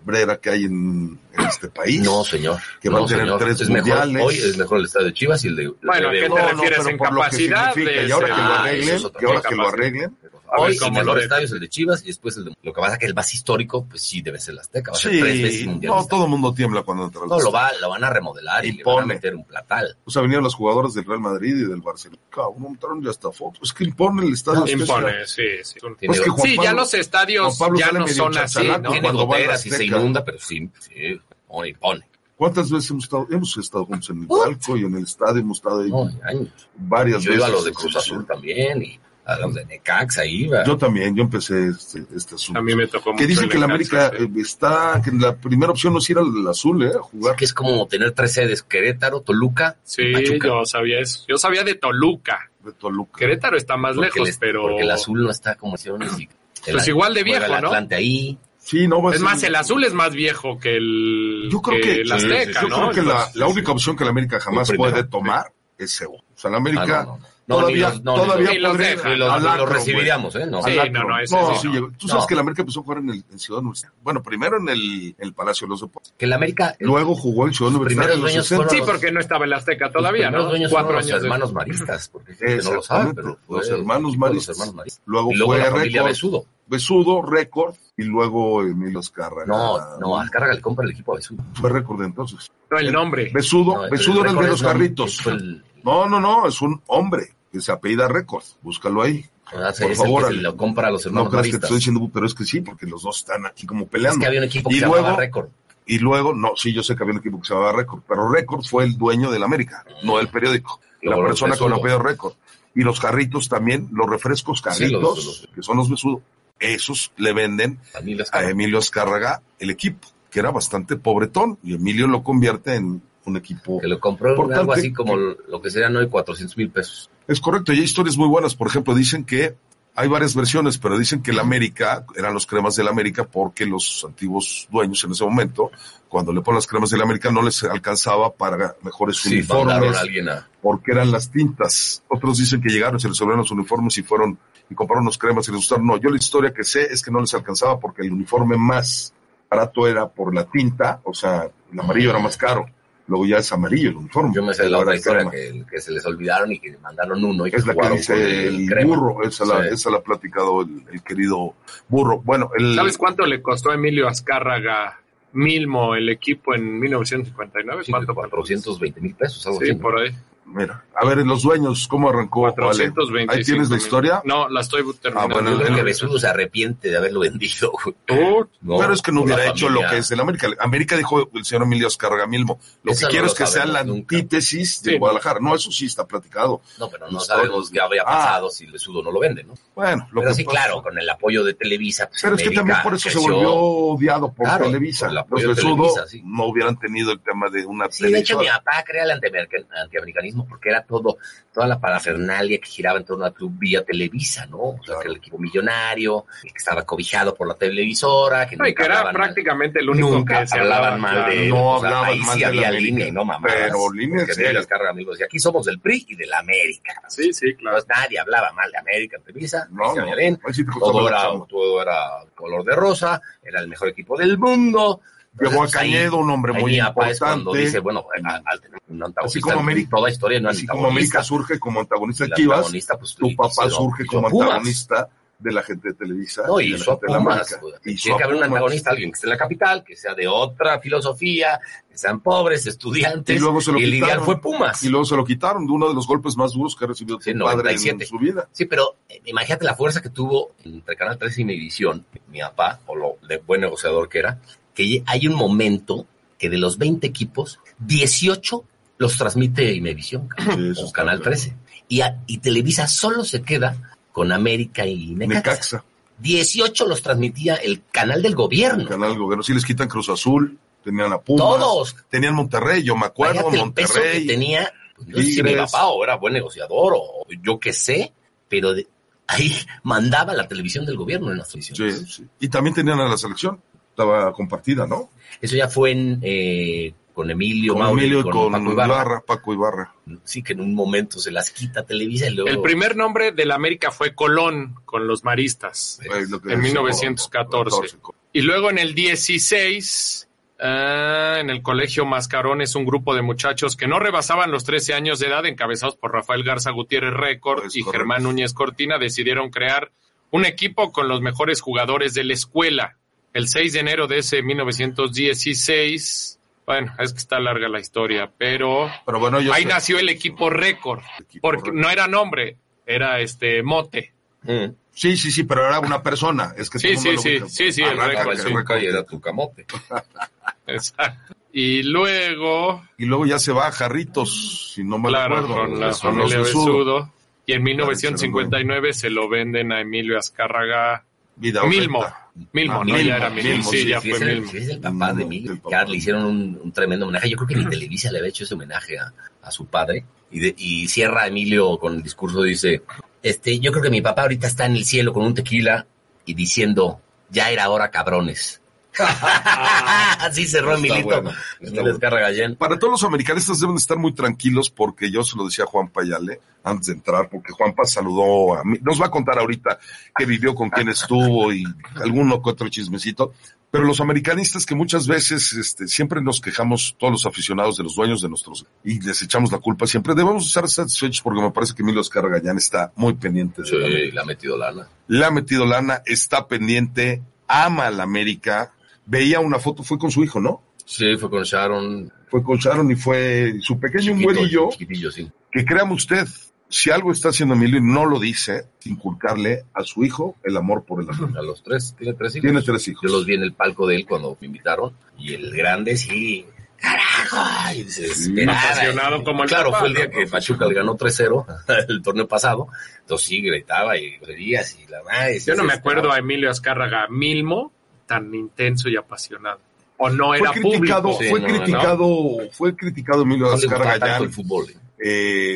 Speaker 2: cabrera que hay en, en este país.
Speaker 5: No, señor.
Speaker 2: Que va a
Speaker 5: No,
Speaker 2: tener
Speaker 5: señor.
Speaker 2: tres
Speaker 5: es mejor,
Speaker 2: mundiales.
Speaker 5: Hoy es mejor el estadio de Chivas y el de.
Speaker 3: Bueno,
Speaker 5: el de-
Speaker 3: ¿a qué te refieres
Speaker 2: pero
Speaker 3: en
Speaker 2: por lo que
Speaker 3: capacidad
Speaker 2: significa,
Speaker 3: de
Speaker 2: Y ahora que
Speaker 5: ese-
Speaker 2: lo
Speaker 5: Ah,
Speaker 2: arreglen,
Speaker 5: eso es otra
Speaker 2: y ahora que
Speaker 3: cosa,
Speaker 2: lo
Speaker 3: capaz.
Speaker 2: arreglen.
Speaker 3: A ver
Speaker 5: Hoy el
Speaker 3: cómo
Speaker 5: mejor
Speaker 3: lo-
Speaker 5: estadio es el de Chivas y después el de- lo que pasa que el más histórico, pues sí, debe ser el Azteca. Va a ser tres veces
Speaker 2: Sí, no,
Speaker 5: mundialista.
Speaker 2: todo el mundo tiembla cuando entra. al
Speaker 5: No, lo,
Speaker 2: estadio.
Speaker 5: va, lo van a remodelar y,
Speaker 2: Y
Speaker 5: le van a
Speaker 2: pone.
Speaker 5: meter un platal.
Speaker 2: O sea, vinieron los jugadores del Real Madrid y del Barcelona. Cabrón, entraron ya hasta fotos. Es que impone el estadio. es que es-
Speaker 3: Impone, sí, sí.
Speaker 5: Tiene,
Speaker 2: Pues que Juan
Speaker 3: Sí, ya
Speaker 2: Pablo-
Speaker 3: los estadios
Speaker 2: Juan Pablo
Speaker 3: ya
Speaker 2: sale
Speaker 3: no
Speaker 2: medio
Speaker 3: son así,
Speaker 2: chachalaco
Speaker 3: ¿no?
Speaker 5: tiene
Speaker 2: cuando va al
Speaker 5: goteras y se
Speaker 2: Azteca.
Speaker 5: inunda, pero sí, sí, no, y pone.
Speaker 2: ¿Cuántas veces hemos estado? Hemos estado juntos en el palco y en el estadio. Hemos estado ahí
Speaker 5: No, y años.
Speaker 2: varias
Speaker 5: Yo
Speaker 2: veces.
Speaker 5: iba a los de Cruz Azul también y a los de Necaxa iba.
Speaker 2: Yo también, yo empecé este, este asunto.
Speaker 3: A mí me tocó mucho
Speaker 2: que dicen
Speaker 3: el
Speaker 2: que la
Speaker 3: Necaxa,
Speaker 2: América
Speaker 3: sí.
Speaker 2: eh, está, que la primera opción no es ir al azul, ¿eh? A jugar.
Speaker 5: que es como tener tres sedes, Querétaro, Toluca,
Speaker 3: Sí,
Speaker 5: Pachuca.
Speaker 3: yo sabía eso. Yo sabía de Toluca.
Speaker 2: de Toluca.
Speaker 3: Querétaro está más
Speaker 5: Porque
Speaker 3: lejos,
Speaker 5: el-
Speaker 3: pero.
Speaker 5: Porque el azul no está como hicieron. y-
Speaker 3: Pues igual de
Speaker 5: juega
Speaker 3: viejo,
Speaker 5: el
Speaker 3: ¿no?
Speaker 5: Atlante ahí. Ah,
Speaker 2: Sí, no va a
Speaker 3: Es
Speaker 2: ser-
Speaker 3: más, el azul es más viejo que el.
Speaker 2: Yo creo que,
Speaker 3: el
Speaker 2: sí,
Speaker 3: Azteca,
Speaker 2: yo
Speaker 3: ¿no?
Speaker 2: creo que la,
Speaker 3: Entonces,
Speaker 2: la única opción que la América jamás
Speaker 5: Muy primero,
Speaker 2: puede tomar es seguro. O sea, la
Speaker 5: Ah,
Speaker 2: América
Speaker 5: no, no, no. No,
Speaker 2: todavía,
Speaker 5: ni los- no, ni
Speaker 2: todavía
Speaker 3: ni los
Speaker 2: podría
Speaker 3: deja,
Speaker 5: los- ni los-
Speaker 2: al
Speaker 5: ni
Speaker 2: lacro,
Speaker 5: los
Speaker 2: güey.
Speaker 5: recibiríamos, ¿eh? No.
Speaker 2: Al
Speaker 3: Sí,
Speaker 2: lacro.
Speaker 3: no, no, ese sí,
Speaker 2: sí
Speaker 3: no.
Speaker 2: llegó. Tú sabes
Speaker 5: No.
Speaker 2: que la América empezó a jugar en el en Ciudad Universitaria. Bueno, primero en el, el Palacio de los Deportes.
Speaker 5: Que el América.
Speaker 2: Luego jugó en Ciudad Universitaria
Speaker 5: primeros
Speaker 2: en los
Speaker 5: dueños
Speaker 2: 60.
Speaker 3: Sí,
Speaker 5: los-
Speaker 3: porque no estaba el Azteca
Speaker 5: los
Speaker 3: todavía,
Speaker 5: primeros
Speaker 3: ¿no?
Speaker 5: dueños
Speaker 3: Cuatro
Speaker 5: fueron
Speaker 3: años.
Speaker 5: los
Speaker 3: de-
Speaker 5: hermanos maristas. Porque la gente no lo sabe,
Speaker 2: Exactamente,
Speaker 5: pero. fue
Speaker 2: los
Speaker 5: el
Speaker 2: hermanos
Speaker 5: equipo de
Speaker 2: maristas.
Speaker 5: Los hermanos maristas.
Speaker 2: Luego
Speaker 5: Y luego
Speaker 2: fue
Speaker 5: la familia
Speaker 2: récord.
Speaker 5: Besudo.
Speaker 2: Besudo, récord. Y luego Emilio Azcárraga.
Speaker 5: No, no, Azcárraga le compra el equipo a Besudo.
Speaker 2: Fue récord entonces.
Speaker 3: No, el nombre.
Speaker 2: Besudo,
Speaker 5: No,
Speaker 2: Besudo
Speaker 5: el
Speaker 2: era el de
Speaker 5: récord
Speaker 2: los
Speaker 5: es no-
Speaker 2: carritos.
Speaker 5: fue el-
Speaker 2: No, no, no, es un hombre que se apellida récord. Búscalo ahí.
Speaker 5: Ah, sí,
Speaker 2: Por
Speaker 5: es el
Speaker 2: favor,
Speaker 5: que se
Speaker 2: Ale.
Speaker 5: lo compra a los hermanos
Speaker 2: No creas que te
Speaker 5: maristas.
Speaker 2: estoy diciendo, pero es que sí, porque los dos están aquí como
Speaker 5: es
Speaker 2: peleando.
Speaker 5: que había un equipo
Speaker 2: Y
Speaker 5: que se
Speaker 2: luego-
Speaker 5: llamaba Récord.
Speaker 2: Y luego, no, sí, yo sé que había un equipo que se llamaba Récord, pero Récord fue el dueño del América, no el periódico. La
Speaker 5: Luego los
Speaker 2: persona con el
Speaker 5: Besudo.
Speaker 2: apellido Récord. Y los carritos también, los refrescos
Speaker 5: Sí, los
Speaker 2: carritos,
Speaker 5: Besudo.
Speaker 2: que son los besudos, esos le venden
Speaker 5: Familia
Speaker 2: a
Speaker 5: Azcárraga.
Speaker 2: Emilio Azcárraga el equipo, que era bastante pobretón, y Emilio lo convierte en un equipo.
Speaker 5: Que lo compró en
Speaker 2: Importante
Speaker 5: algo así
Speaker 2: que-
Speaker 5: como lo que serían hoy 400 mil pesos.
Speaker 2: Es correcto, y hay historias muy buenas. Por ejemplo, dicen que hay varias versiones, pero dicen que el América eran los cremas del América porque los antiguos dueños en ese momento, cuando le ponen las cremas del América, no les alcanzaba para mejores
Speaker 5: Sí, mandaron
Speaker 2: uniformes
Speaker 5: a alguien a...
Speaker 2: porque eran las tintas. Otros dicen que llegaron, se les sobraron los uniformes y fueron y compraron unos cremas y les gustaron. No, yo la historia que sé es que no les alcanzaba porque el uniforme más barato era por la tinta, o sea, el amarillo era más caro. Luego ya es amarillo el uniforme.
Speaker 5: Yo me sé la
Speaker 2: Ahora
Speaker 5: otra
Speaker 2: el
Speaker 5: historia
Speaker 2: crema.
Speaker 5: que, que se les olvidaron y que mandaron uno y
Speaker 2: Es la que
Speaker 5: jugaron con
Speaker 2: dice el
Speaker 5: crema.
Speaker 2: burro, esa la,
Speaker 5: Sí.
Speaker 2: esa la ha platicado el, el querido burro. Bueno, el,
Speaker 3: ¿Sabes cuánto le costó a Emilio Azcárraga Milmo el equipo en 1959?
Speaker 5: Sí,
Speaker 3: ¿Cuánto?
Speaker 5: 420 mil pesos, algo
Speaker 3: Sí,
Speaker 5: así. ¿no?
Speaker 3: por ahí.
Speaker 2: Oh, mira, a ver, los dueños, ¿cómo arrancó? Ale?
Speaker 3: 425.
Speaker 2: Ahí tienes la
Speaker 3: mil.
Speaker 2: historia.
Speaker 3: No, la estoy terminando.
Speaker 2: Ah, bueno,
Speaker 5: Yo creo
Speaker 2: el-
Speaker 5: que Besudo se arrepiente de haberlo vendido. güey.
Speaker 3: Uh,
Speaker 5: No,
Speaker 2: Pero es que no
Speaker 5: por la
Speaker 2: hubiera hecho lo
Speaker 5: familia.
Speaker 2: que es el América. América dijo el señor Emilio Oscarga mismo. Lo
Speaker 5: Eso
Speaker 2: que
Speaker 5: no
Speaker 2: quiero
Speaker 5: lo
Speaker 2: es que sea
Speaker 5: sabemos
Speaker 2: la
Speaker 5: nunca.
Speaker 2: antítesis de
Speaker 3: Sí, no.
Speaker 2: Guadalajara. No, eso sí está platicado.
Speaker 5: No, pero no
Speaker 2: Los
Speaker 5: sabemos
Speaker 2: toros.
Speaker 5: qué había
Speaker 2: Ah.
Speaker 5: pasado si Besudo no lo vende, ¿no?
Speaker 2: Bueno, lo
Speaker 5: pero
Speaker 2: que
Speaker 5: sí,
Speaker 2: pasa-
Speaker 5: claro, con el apoyo de Televisa. pues,
Speaker 2: Pero es que
Speaker 5: América
Speaker 2: también por eso se
Speaker 5: creció.
Speaker 2: volvió odiado por
Speaker 5: Claro,
Speaker 2: Televisa.
Speaker 5: por el
Speaker 2: Los
Speaker 5: apoyo
Speaker 2: de
Speaker 5: de
Speaker 2: Sudo
Speaker 5: Televisa, sí.
Speaker 2: no hubieran tenido el tema de una
Speaker 5: Sí, de hecho mi
Speaker 2: televisora.
Speaker 5: papá crea el antiamer- antiamericanismo porque era todo, toda la parafernalia que giraba en torno a Club vía Televisa, ¿no? O sea,
Speaker 2: Claro.
Speaker 5: que el equipo millonario, el que estaba cobijado por la televisora, que
Speaker 3: no, y
Speaker 5: nunca
Speaker 3: que era
Speaker 5: hablaban mal.
Speaker 3: prácticamente el único
Speaker 5: nunca
Speaker 3: que se hablaba,
Speaker 5: hablaban mal de
Speaker 3: claro.
Speaker 5: él.
Speaker 2: No
Speaker 5: o sea,
Speaker 2: hablaban
Speaker 5: ahí
Speaker 2: mal
Speaker 5: sí
Speaker 2: de la
Speaker 5: había
Speaker 2: América.
Speaker 5: línea y no mamadas.
Speaker 2: Pero línea
Speaker 5: Porque
Speaker 2: seria.
Speaker 5: Emilio Azcárraga mismo decía, aquí somos del PRI y de la América.
Speaker 3: Sí, sí, claro.
Speaker 5: Entonces, nadie hablaba mal de América en Televisa.
Speaker 2: No, no.
Speaker 5: Cristian Yarén,
Speaker 2: Ahí sí te costaba la
Speaker 5: todo era,
Speaker 2: chamba.
Speaker 5: todo era color de rosa, era el mejor equipo del mundo.
Speaker 2: Llevó a
Speaker 5: Entonces, ahí-
Speaker 2: Cañedo, un hombre
Speaker 5: ahí
Speaker 2: muy
Speaker 5: mi papá es cuando
Speaker 2: importante.
Speaker 5: dice, bueno, al, al tener un antagonista,
Speaker 2: Así como América-
Speaker 5: toda historia no es
Speaker 2: Así como América surge como antagonista de Chivas,
Speaker 5: pues,
Speaker 2: tu
Speaker 5: y-
Speaker 2: papá
Speaker 5: y-
Speaker 2: surge
Speaker 5: y-
Speaker 2: como
Speaker 5: Pumas.
Speaker 2: antagonista de la gente de Televisa.
Speaker 5: No,
Speaker 2: de
Speaker 5: y
Speaker 2: la
Speaker 5: hizo a
Speaker 2: gente de la
Speaker 5: Pumas.
Speaker 2: marca.
Speaker 5: güey.
Speaker 2: Hizo
Speaker 5: Tiene
Speaker 2: a
Speaker 5: que haber un
Speaker 2: Pumas.
Speaker 5: antagonista, alguien que esté en la capital, que sea de otra filosofía, que sean pobres, estudiantes.
Speaker 2: Y luego se lo
Speaker 5: el ideal
Speaker 2: quitaron.
Speaker 5: fue Pumas.
Speaker 2: Y luego se lo quitaron de uno de los golpes más duros que ha recibido
Speaker 5: Sí,
Speaker 2: tu padre en
Speaker 5: 97.
Speaker 2: su vida.
Speaker 5: Sí, pero eh, imagínate la fuerza que tuvo entre Canal 3 y Medición, mi papá, o lo de buen negociador que era, que hay un momento que de los 20 equipos, 18 los transmite Medición,
Speaker 2: Sí, eso
Speaker 5: o
Speaker 2: está
Speaker 5: Canal
Speaker 2: claro.
Speaker 5: 13. Y, a- y Televisa solo se queda con América y Necaxa.
Speaker 2: Necaxa,
Speaker 5: 18 los transmitía el canal del
Speaker 2: el
Speaker 5: gobierno.
Speaker 2: canal del gobierno. Sí les quitan Cruz Azul, tenían a Pumas,
Speaker 5: Todos.
Speaker 2: tenían Monterrey, yo me acuerdo,
Speaker 5: Imagínate el peso que
Speaker 2: Monterrey.
Speaker 5: tenía. No sé si mi
Speaker 2: Tigres.
Speaker 5: papá o era buen negociador o yo qué sé, pero de- ahí mandaba la televisión del gobierno en las
Speaker 2: Sí,
Speaker 5: televisiones.
Speaker 2: sí. Y también tenían a la selección, estaba compartida, ¿no?
Speaker 5: Eso ya fue en, eh, con Emilio
Speaker 2: Con
Speaker 5: Mauri,
Speaker 2: Emilio y
Speaker 5: con,
Speaker 2: con
Speaker 5: Paco
Speaker 2: Ibarra.
Speaker 5: Ibarra.
Speaker 2: Paco Ibarra.
Speaker 5: Sí, que en un momento se las quita Televisa y luego...
Speaker 3: El primer nombre del América fue Colón con los maristas.
Speaker 2: Es Pues, lo que
Speaker 3: En
Speaker 2: decía,
Speaker 3: 1914. Y luego en el 16, ah, en el Colegio Mascarón, es un grupo de muchachos que no rebasaban los 13 años de edad, encabezados por Rafael Garza Gutiérrez Récord
Speaker 2: Es
Speaker 3: y
Speaker 2: correcto.
Speaker 3: Germán Núñez Cortina, decidieron crear un equipo con los mejores jugadores de la escuela. El 6 de enero de ese 1916, bueno, es que está larga la historia, pero
Speaker 2: Pero bueno, ellos-
Speaker 3: ahí nació el equipo Récord,
Speaker 2: Equipo
Speaker 3: porque
Speaker 2: Récord.
Speaker 3: no era nombre, era este mote.
Speaker 5: Mm.
Speaker 2: Sí, sí, sí, pero era una persona. Es que
Speaker 3: Sí,
Speaker 2: todo el mundo
Speaker 3: sí,
Speaker 2: lo
Speaker 3: sí,
Speaker 2: ubica.
Speaker 3: sí, sí, el
Speaker 2: Arranca,
Speaker 3: récord,
Speaker 2: el
Speaker 3: sí.
Speaker 2: récord.
Speaker 5: y era tu camote.
Speaker 3: Exacto. Y luego,
Speaker 2: Y luego ya se va a Jarritos, si no mal
Speaker 3: claro,
Speaker 2: recuerdo.
Speaker 3: con la
Speaker 2: Los
Speaker 3: familia
Speaker 2: Besudo.
Speaker 3: Besudo. Y en 1959 se lo venden a Emilio Azcárraga
Speaker 2: Vidaurreta.
Speaker 3: Milmo. Milmo, ¿no? Ya era
Speaker 2: Milmo,
Speaker 3: Milmo,
Speaker 2: Milmo,
Speaker 3: sí,
Speaker 2: sí,
Speaker 3: ya
Speaker 5: Sí,
Speaker 3: fue
Speaker 5: es, el,
Speaker 3: Milmo.
Speaker 5: sí, es el papá de
Speaker 2: No,
Speaker 5: Mil.
Speaker 2: del papá.
Speaker 5: Ya le hicieron un, un tremendo homenaje. Yo creo que ni Televisa le había hecho ese homenaje a, a su padre. Y, de- y cierra Emilio con el discurso, dice, este, yo creo que mi papá ahorita está en el cielo con un tequila y diciendo, ya era hora, cabrones. Así cerró
Speaker 2: Está
Speaker 5: Emilito.
Speaker 2: bueno, está
Speaker 5: Emilio
Speaker 2: bueno.
Speaker 5: Escarra Gallén.
Speaker 2: Para todos los americanistas deben de estar muy tranquilos porque yo se lo decía a Juan Payale antes de entrar, porque Juanpa saludó a mí. Nos va a contar ahorita qué vivió, con quién estuvo y alguno que otro chismecito. Pero los americanistas que muchas veces este, siempre nos quejamos, todos los aficionados de los dueños de nuestros, y les echamos la culpa siempre, debemos estar satisfechos porque me parece que Emilio Oscar Gallán está muy pendiente de la América.
Speaker 5: le ha metido lana.
Speaker 2: le ha metido lana, está pendiente, ama a la América. Veía una foto, fue con su hijo, ¿no?
Speaker 5: Sí, fue con Sharon.
Speaker 2: Fue con Sharon y fue su pequeño
Speaker 5: chiquito,
Speaker 2: güerillo,
Speaker 5: Chiquitillo, sí.
Speaker 2: que créame usted, si algo está haciendo Emilio y no lo dice, inculcarle a su hijo el amor por el amor.
Speaker 5: A los tres. Tiene tres hijos.
Speaker 2: Tiene tres hijos.
Speaker 5: Yo los vi en el palco pues, de él cuando me invitaron. Y el grande, sí. ¡Carajo! Y se desesperaba.
Speaker 3: Apasionado como el
Speaker 5: Claro,
Speaker 3: papá,
Speaker 5: fue el día
Speaker 3: ¿no?
Speaker 5: que Pachuca le ganó 3-0 el torneo pasado. Entonces sí, gritaba y groserías y la madre.
Speaker 3: Yo no me acuerdo a Emilio Azcárraga Milmo tan intenso y apasionado. O no
Speaker 2: Fue
Speaker 3: era
Speaker 2: criticado,
Speaker 3: público.
Speaker 5: sí,
Speaker 2: fue
Speaker 5: no,
Speaker 2: criticado, fue criticado Emilio
Speaker 5: No le
Speaker 2: Azcárraga
Speaker 5: gustaba tanto
Speaker 2: Gallán,
Speaker 5: el fútbol. eh.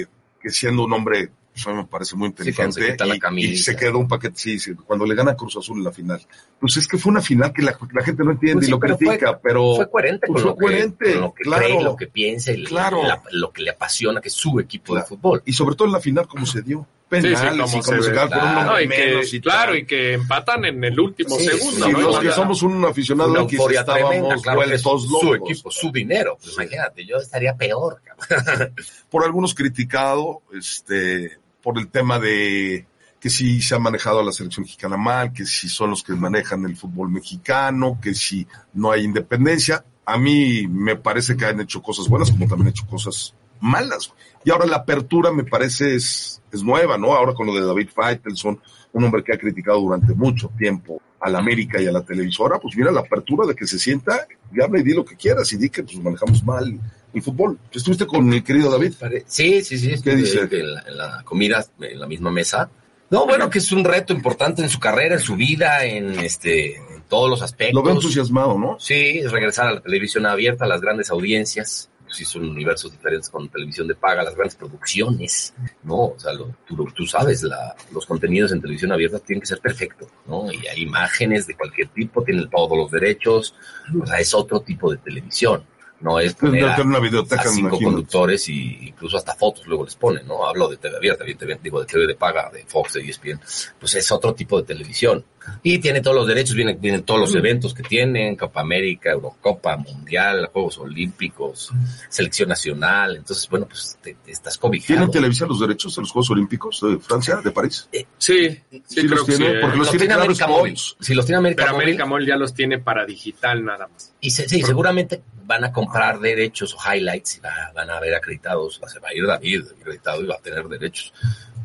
Speaker 2: eh, que siendo un hombre, pues, a mí me parece muy
Speaker 5: cuando se
Speaker 2: inteligente,
Speaker 5: quita la
Speaker 2: y- y,
Speaker 5: camisa.
Speaker 2: se quedó un paquete, sí, sí, cuando le gana Cruz Azul en la final. Pues es que fue una final que la, la gente no entiende
Speaker 5: Pues
Speaker 2: y
Speaker 5: sí,
Speaker 2: lo
Speaker 5: pero fue-
Speaker 2: critica, pero...
Speaker 5: Fue coherente con,
Speaker 2: Pues fue
Speaker 5: lo que,
Speaker 2: coherente,
Speaker 5: con lo que
Speaker 2: claro.
Speaker 5: cree, lo que piensa y
Speaker 2: Claro.
Speaker 5: la- lo que le apasiona, que es su equipo
Speaker 2: Claro.
Speaker 5: de fútbol.
Speaker 2: y sobre todo en la final como se dio penales
Speaker 3: Sí, sí, como
Speaker 2: y como
Speaker 3: se
Speaker 2: se,
Speaker 3: ve,
Speaker 2: quedaron con un
Speaker 5: claro.
Speaker 3: No,
Speaker 2: hombre
Speaker 3: y que,
Speaker 2: menos y
Speaker 3: claro,
Speaker 2: tal.
Speaker 3: y que empatan en el último
Speaker 5: Sí,
Speaker 3: segundo.
Speaker 2: Sí,
Speaker 3: ¿no?
Speaker 5: no,
Speaker 2: los
Speaker 5: no,
Speaker 2: que
Speaker 5: no.
Speaker 2: somos un aficionado
Speaker 5: una
Speaker 2: Yankees
Speaker 5: euforia tremenda,
Speaker 2: estábamos
Speaker 5: claro, que es
Speaker 2: vueltos locos.
Speaker 5: su equipo, su dinero. Pues imagínate, yo estaría peor. cabrón.
Speaker 2: Por algunos criticado, este, por el tema de que si se ha manejado a la selección mexicana mal, que si son los que manejan el fútbol mexicano, que si no hay independencia. A mí me parece que han hecho cosas buenas como también han hecho cosas malas. güey. Y ahora la apertura me parece es, es nueva, ¿no? Ahora con lo de David Faitelson, un hombre que ha criticado durante mucho tiempo a la América y a la televisora, pues mira la apertura de que se sienta y habla y di lo que quieras y di que pues manejamos mal el fútbol. Estuviste con mi querido David.
Speaker 5: Sí, sí, sí. estuve
Speaker 2: dice?
Speaker 5: ahí que En la, en la comida, en la misma mesa. No, bueno, que es un reto importante en su carrera, en su vida, en este, en todos los aspectos.
Speaker 2: Lo veo entusiasmado, ¿no?
Speaker 5: Sí, es regresar a la televisión abierta, a las grandes audiencias. Sí, son universos diferentes con televisión de paga, las grandes producciones, ¿no? O sea, lo- tú, lo- tú sabes, la- los contenidos en televisión abierta tienen que ser perfectos, ¿no? Y hay imágenes de cualquier tipo, tienen todos los derechos, o sea, es otro tipo de televisión, no es
Speaker 2: Debe
Speaker 5: poner a-
Speaker 2: tener una videoteca,
Speaker 5: a
Speaker 2: me
Speaker 5: cinco
Speaker 2: imagino.
Speaker 5: conductores y incluso hasta fotos luego les ponen, ¿no? Hablo de TV abierta, evidentemente, digo de TV de paga, de Fox, de ESPN, pues es otro tipo de televisión. Y tiene todos los derechos, vienen, vienen todos los eventos que tienen, Copa América, Eurocopa, Mundial, Juegos Olímpicos, Selección Nacional, entonces, bueno, pues te, te estás
Speaker 2: ¿Tiene
Speaker 5: cobijado.
Speaker 2: Televisa los derechos de los Juegos Olímpicos de Francia, de París?
Speaker 3: Sí, sí,
Speaker 2: Sí
Speaker 3: creo
Speaker 2: los
Speaker 3: que sí.
Speaker 2: tiene,
Speaker 3: ¿eh?
Speaker 2: porque los-
Speaker 5: Los
Speaker 2: tiene
Speaker 5: tiene
Speaker 2: Claro
Speaker 5: América
Speaker 2: Sports.
Speaker 5: Móvil. Si los tiene América,
Speaker 3: Pero
Speaker 5: Móvil,
Speaker 3: América Mall ya los tiene para digital nada más.
Speaker 5: Y se- sí, seguramente van a comprar derechos o highlights y va- van a haber acreditados. Se va a ir David acreditado y va a tener derechos.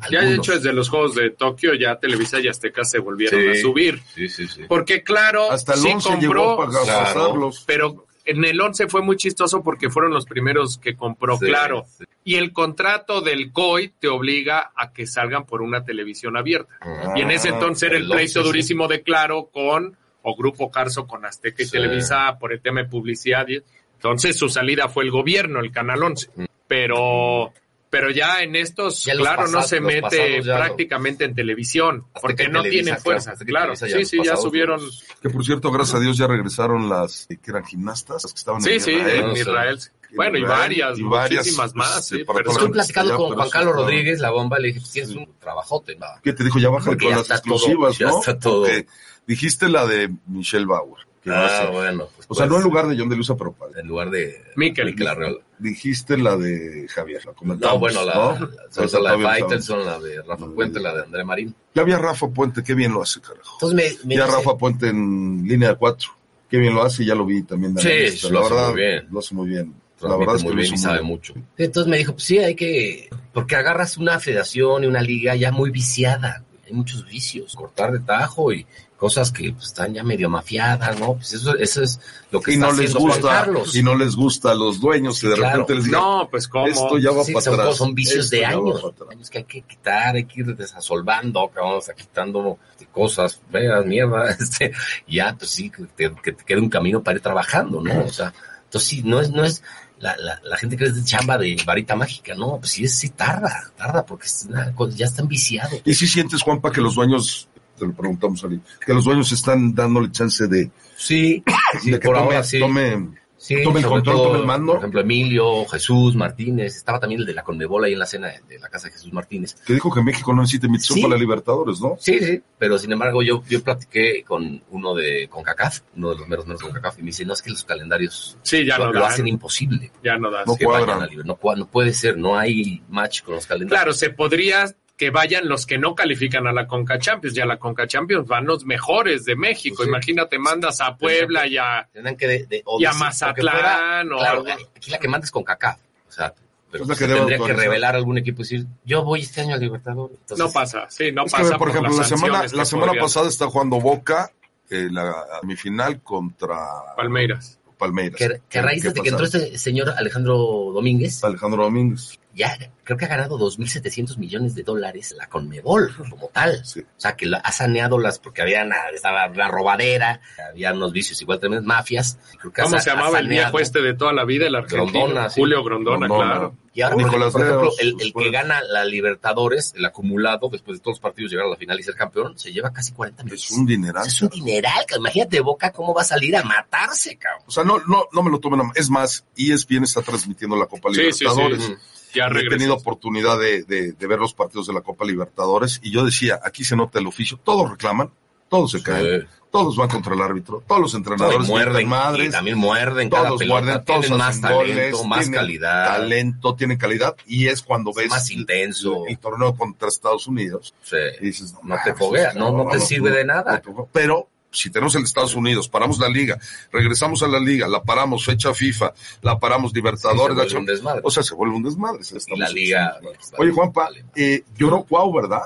Speaker 3: Ya de
Speaker 5: Algunos.
Speaker 3: hecho desde los Juegos de Tokio ya Televisa y Azteca se volvieron
Speaker 5: Sí.
Speaker 3: a subir.
Speaker 5: Sí, sí, sí.
Speaker 3: Porque claro,
Speaker 2: Hasta el
Speaker 3: sí
Speaker 2: 11 llegó
Speaker 3: compró,
Speaker 2: para
Speaker 5: claro.
Speaker 2: pasarlos.
Speaker 3: pero en el 11 fue muy chistoso porque fueron los primeros que compró,
Speaker 5: Sí,
Speaker 3: claro.
Speaker 5: sí.
Speaker 3: Y el contrato del COI te obliga a que salgan por una televisión abierta. Y en ese entonces era el
Speaker 5: el
Speaker 3: pleito
Speaker 5: 11, Ah, sí.
Speaker 3: durísimo de Claro con, o Grupo Carso con Azteca y
Speaker 5: Sí.
Speaker 3: Televisa por el tema de publicidad. y- Entonces su salida fue el gobierno, el Canal 11.
Speaker 5: Mm.
Speaker 3: Pero, pero ya en estos,
Speaker 5: Ya los
Speaker 3: Claro no
Speaker 5: pasados-
Speaker 3: se
Speaker 5: los
Speaker 3: mete
Speaker 5: pasados ya lo-
Speaker 3: prácticamente en televisión,
Speaker 5: Azteca
Speaker 3: porque
Speaker 5: y
Speaker 3: no
Speaker 5: Televisa,
Speaker 3: tienen
Speaker 5: claro,
Speaker 3: fuerzas,
Speaker 5: Azteca y
Speaker 3: claro.
Speaker 5: Televisa ya
Speaker 3: sí,
Speaker 5: los
Speaker 3: sí, ya
Speaker 5: pasados
Speaker 3: subieron.
Speaker 5: los-
Speaker 2: Que por cierto, gracias a Dios ya regresaron las eh, que eran gimnastas, las que estaban
Speaker 3: Sí,
Speaker 2: en
Speaker 3: sí,
Speaker 2: Israel.
Speaker 5: ¿no?
Speaker 3: en
Speaker 5: O sea,
Speaker 3: Israel.
Speaker 2: en
Speaker 3: Bueno, y
Speaker 2: Israel,
Speaker 3: varias,
Speaker 2: y varias,
Speaker 3: muchísimas
Speaker 2: pues,
Speaker 3: más.
Speaker 2: eh,
Speaker 3: sí,
Speaker 2: para
Speaker 3: pero
Speaker 2: todas
Speaker 5: Estuve
Speaker 3: son-
Speaker 5: platicando
Speaker 2: Ya,
Speaker 5: con
Speaker 2: pero
Speaker 5: Juan
Speaker 2: eso
Speaker 5: Carlos
Speaker 2: está-
Speaker 5: Rodríguez, la bomba, le dije, pues tienes un trabajote, va.
Speaker 2: que te dijo ya baja
Speaker 5: Porque
Speaker 2: con
Speaker 5: ya
Speaker 2: las
Speaker 5: está todo,
Speaker 2: exclusivas,
Speaker 5: ya
Speaker 2: ¿no?
Speaker 5: está todo.
Speaker 2: Porque dijiste la de Michelle Bauer. que va a
Speaker 5: Ah,
Speaker 2: ser.
Speaker 5: bueno. pues,
Speaker 2: O sea,
Speaker 5: pues,
Speaker 2: no en lugar de John de Luisa, pero padre.
Speaker 5: En lugar de...
Speaker 3: Miquel.
Speaker 5: Arreola.
Speaker 2: Dijiste la de Javier, la comentamos.
Speaker 5: No, bueno, la,
Speaker 2: pues, ¿no?
Speaker 5: la- la-
Speaker 2: Pero
Speaker 5: son la de
Speaker 2: todavía no
Speaker 5: Faitelson, la de Rafa Puente, la de André Marín.
Speaker 2: sabemos. Ya había Rafa Puente, qué bien lo hace, carajo.
Speaker 5: Entonces me... me
Speaker 2: ya
Speaker 5: dice-
Speaker 2: Rafa Puente en línea 4, qué bien lo hace, ya lo vi también. de
Speaker 5: Sí,
Speaker 2: analista.
Speaker 5: lo
Speaker 2: la
Speaker 5: hace
Speaker 2: verdad,
Speaker 5: muy bien.
Speaker 2: Lo hace muy bien. La
Speaker 5: transmite
Speaker 2: verdad es que
Speaker 5: muy
Speaker 2: lo
Speaker 5: bien
Speaker 2: hizo
Speaker 5: y sabe
Speaker 2: muy
Speaker 5: mucho. Entonces me dijo, pues sí, hay que... Porque agarras una federación y una liga ya muy viciada. güey. hay muchos vicios, cortar de tajo y cosas que pues, están ya medio mafiadas, ¿no? Pues eso, eso es lo que
Speaker 2: Y
Speaker 5: está
Speaker 2: no les
Speaker 5: haciendo Juan
Speaker 2: gusta,
Speaker 5: Carlos.
Speaker 2: y no les gusta a los dueños que de
Speaker 5: Claro.
Speaker 2: repente les digan,
Speaker 3: No, pues cómo.
Speaker 2: esto ya va
Speaker 5: Sí,
Speaker 2: para
Speaker 5: son,
Speaker 2: atrás.
Speaker 5: son vicios
Speaker 2: esto
Speaker 5: de
Speaker 2: ya va
Speaker 5: años,
Speaker 2: para atrás.
Speaker 5: años que hay que quitar, hay que ir desasolvando, que vamos a quitando cosas feas, mierda, este, y ya, pues sí, que te, que te quede un camino para ir trabajando, ¿no? O sea, entonces sí, no es, no es, la, la, la gente que es de chamba de varita mágica, no, pues sí, es- sí tarda, tarda, porque es una cosa- ya están viciados.
Speaker 2: Y si sientes, Juanpa, que los dueños, te lo preguntamos a alguien, que los dueños están dándole chance de,
Speaker 5: Sí, sí,
Speaker 2: de que
Speaker 5: por
Speaker 2: tome-
Speaker 5: ahora sí.
Speaker 2: tome-
Speaker 5: Sí,
Speaker 2: Toma el
Speaker 5: sobre
Speaker 2: control, toma el mando.
Speaker 5: Por ejemplo, Emilio, Jesús, Martínez, estaba también el de la Conmebol ahí en la cena de- de la casa de Jesús Martínez.
Speaker 2: que dijo que México no necesita emisión
Speaker 5: Sí.
Speaker 2: para la Libertadores, ¿no?
Speaker 5: Sí, sí, pero sin embargo yo, yo platiqué con uno de CONCACAF, uno de los meros meros CONCACAF, y me dice, no, es que los calendarios
Speaker 3: Sí, ya
Speaker 5: lo,
Speaker 3: no
Speaker 5: lo
Speaker 3: dan,
Speaker 5: hacen imposible.
Speaker 3: ya no dan.
Speaker 2: No
Speaker 5: que
Speaker 2: cuadran.
Speaker 5: vayan a libre. No, cua- no puede ser, no hay match con los calendarios.
Speaker 3: Claro, se podría que vayan los que no califican a la Conca Champions. Ya la Conca Champions van los mejores de México.
Speaker 5: Pues sí.
Speaker 3: Imagínate, mandas a Puebla y a,
Speaker 5: Tendrán que... De, de- o
Speaker 3: y a
Speaker 5: decir,
Speaker 3: Mazatlán.
Speaker 5: aunque fuera-
Speaker 3: o-
Speaker 5: claro, aquí la que manda es CONCACAF, o sea, pero
Speaker 2: Es la
Speaker 5: sí
Speaker 2: que debe
Speaker 5: tendría que
Speaker 2: autorizar.
Speaker 5: revelar algún equipo y decir, yo voy este año al Libertadores. Entonces,
Speaker 3: no pasa, sí, no
Speaker 2: es que,
Speaker 3: pasa.
Speaker 2: por ejemplo, la
Speaker 3: las
Speaker 2: semana,
Speaker 3: sanciones
Speaker 2: la
Speaker 3: que
Speaker 2: semana
Speaker 3: podrían-
Speaker 2: pasada está jugando Boca, eh, la semifinal contra
Speaker 3: Palmeiras.
Speaker 2: Palmeiras.
Speaker 5: Que, que a raíz
Speaker 2: ¿Qué
Speaker 5: de que entró
Speaker 2: pasaron?
Speaker 5: este señor Alejandro Domínguez,
Speaker 2: Alejandro Domínguez.
Speaker 5: ya creo que ha ganado 2.700 millones de dólares la Conmebol como tal.
Speaker 2: Sí.
Speaker 5: O sea, que la- ha saneado las, porque había una, estaba la robadera, había unos vicios igual tremendos, mafias. Creo que ha
Speaker 3: ¿Cómo
Speaker 5: sa-
Speaker 3: se
Speaker 5: ha
Speaker 3: llamaba el
Speaker 5: saneado.
Speaker 3: viejo este de toda la vida? El argentino.
Speaker 5: Grondona, sí.
Speaker 3: Julio Grondona,
Speaker 2: No, no,
Speaker 3: claro.
Speaker 5: Y ahora, por
Speaker 2: Nicolás
Speaker 5: ejemplo, por
Speaker 2: Leos,
Speaker 5: ejemplo, el, el que
Speaker 2: bueno.
Speaker 5: gana la Libertadores, el acumulado, después de todos los partidos llegar a la final y ser campeón, se lleva casi 40
Speaker 2: no,
Speaker 5: millones.
Speaker 2: Es un
Speaker 5: O
Speaker 2: dineral.
Speaker 5: sea, es un dineral, cabrón. imagínate Boca cómo va a salir a matarse, cabrón.
Speaker 2: O sea, no, no, no me lo tomen a ma- Es más, E ESPN está transmitiendo la Copa
Speaker 3: Sí, sí, sí.
Speaker 2: Libertadores.
Speaker 3: Ya
Speaker 2: Yo He tenido
Speaker 3: regresó.
Speaker 2: oportunidad de, de- de ver los partidos de la Copa Libertadores y yo decía, aquí se nota el oficio, todos reclaman, todos se caen, todos van contra el árbitro, todos los
Speaker 5: No, y
Speaker 2: entrenadores
Speaker 5: Eh, muerden,
Speaker 2: gritan
Speaker 5: y
Speaker 2: madres,
Speaker 5: también muerden cada
Speaker 2: todos
Speaker 5: pelota,
Speaker 2: muerden, todos
Speaker 5: tienen
Speaker 2: hacen
Speaker 5: más
Speaker 2: goles,
Speaker 5: talento, más
Speaker 2: tienen
Speaker 5: calidad,
Speaker 2: talento, tienen calidad y es cuando ves
Speaker 5: más intenso.
Speaker 2: el torneo contra Estados Unidos
Speaker 5: Sí.
Speaker 2: y dices,
Speaker 5: No te
Speaker 2: mames,
Speaker 5: fogueas, no, no te
Speaker 2: no,
Speaker 5: sirve
Speaker 2: no,
Speaker 5: de nada.
Speaker 2: Pero si tenemos el Estados Unidos, paramos la liga, regresamos a la liga, la paramos fecha FIFA, la paramos Libertadores, la
Speaker 5: Sí, se vuelve un
Speaker 2: Champions,
Speaker 5: desmadre.
Speaker 2: o sea, se vuelve un desmadre. se
Speaker 5: Y
Speaker 2: estamos-
Speaker 5: la liga.
Speaker 2: Oye, Juanpa, eh, lloró Cuau, ¿verdad?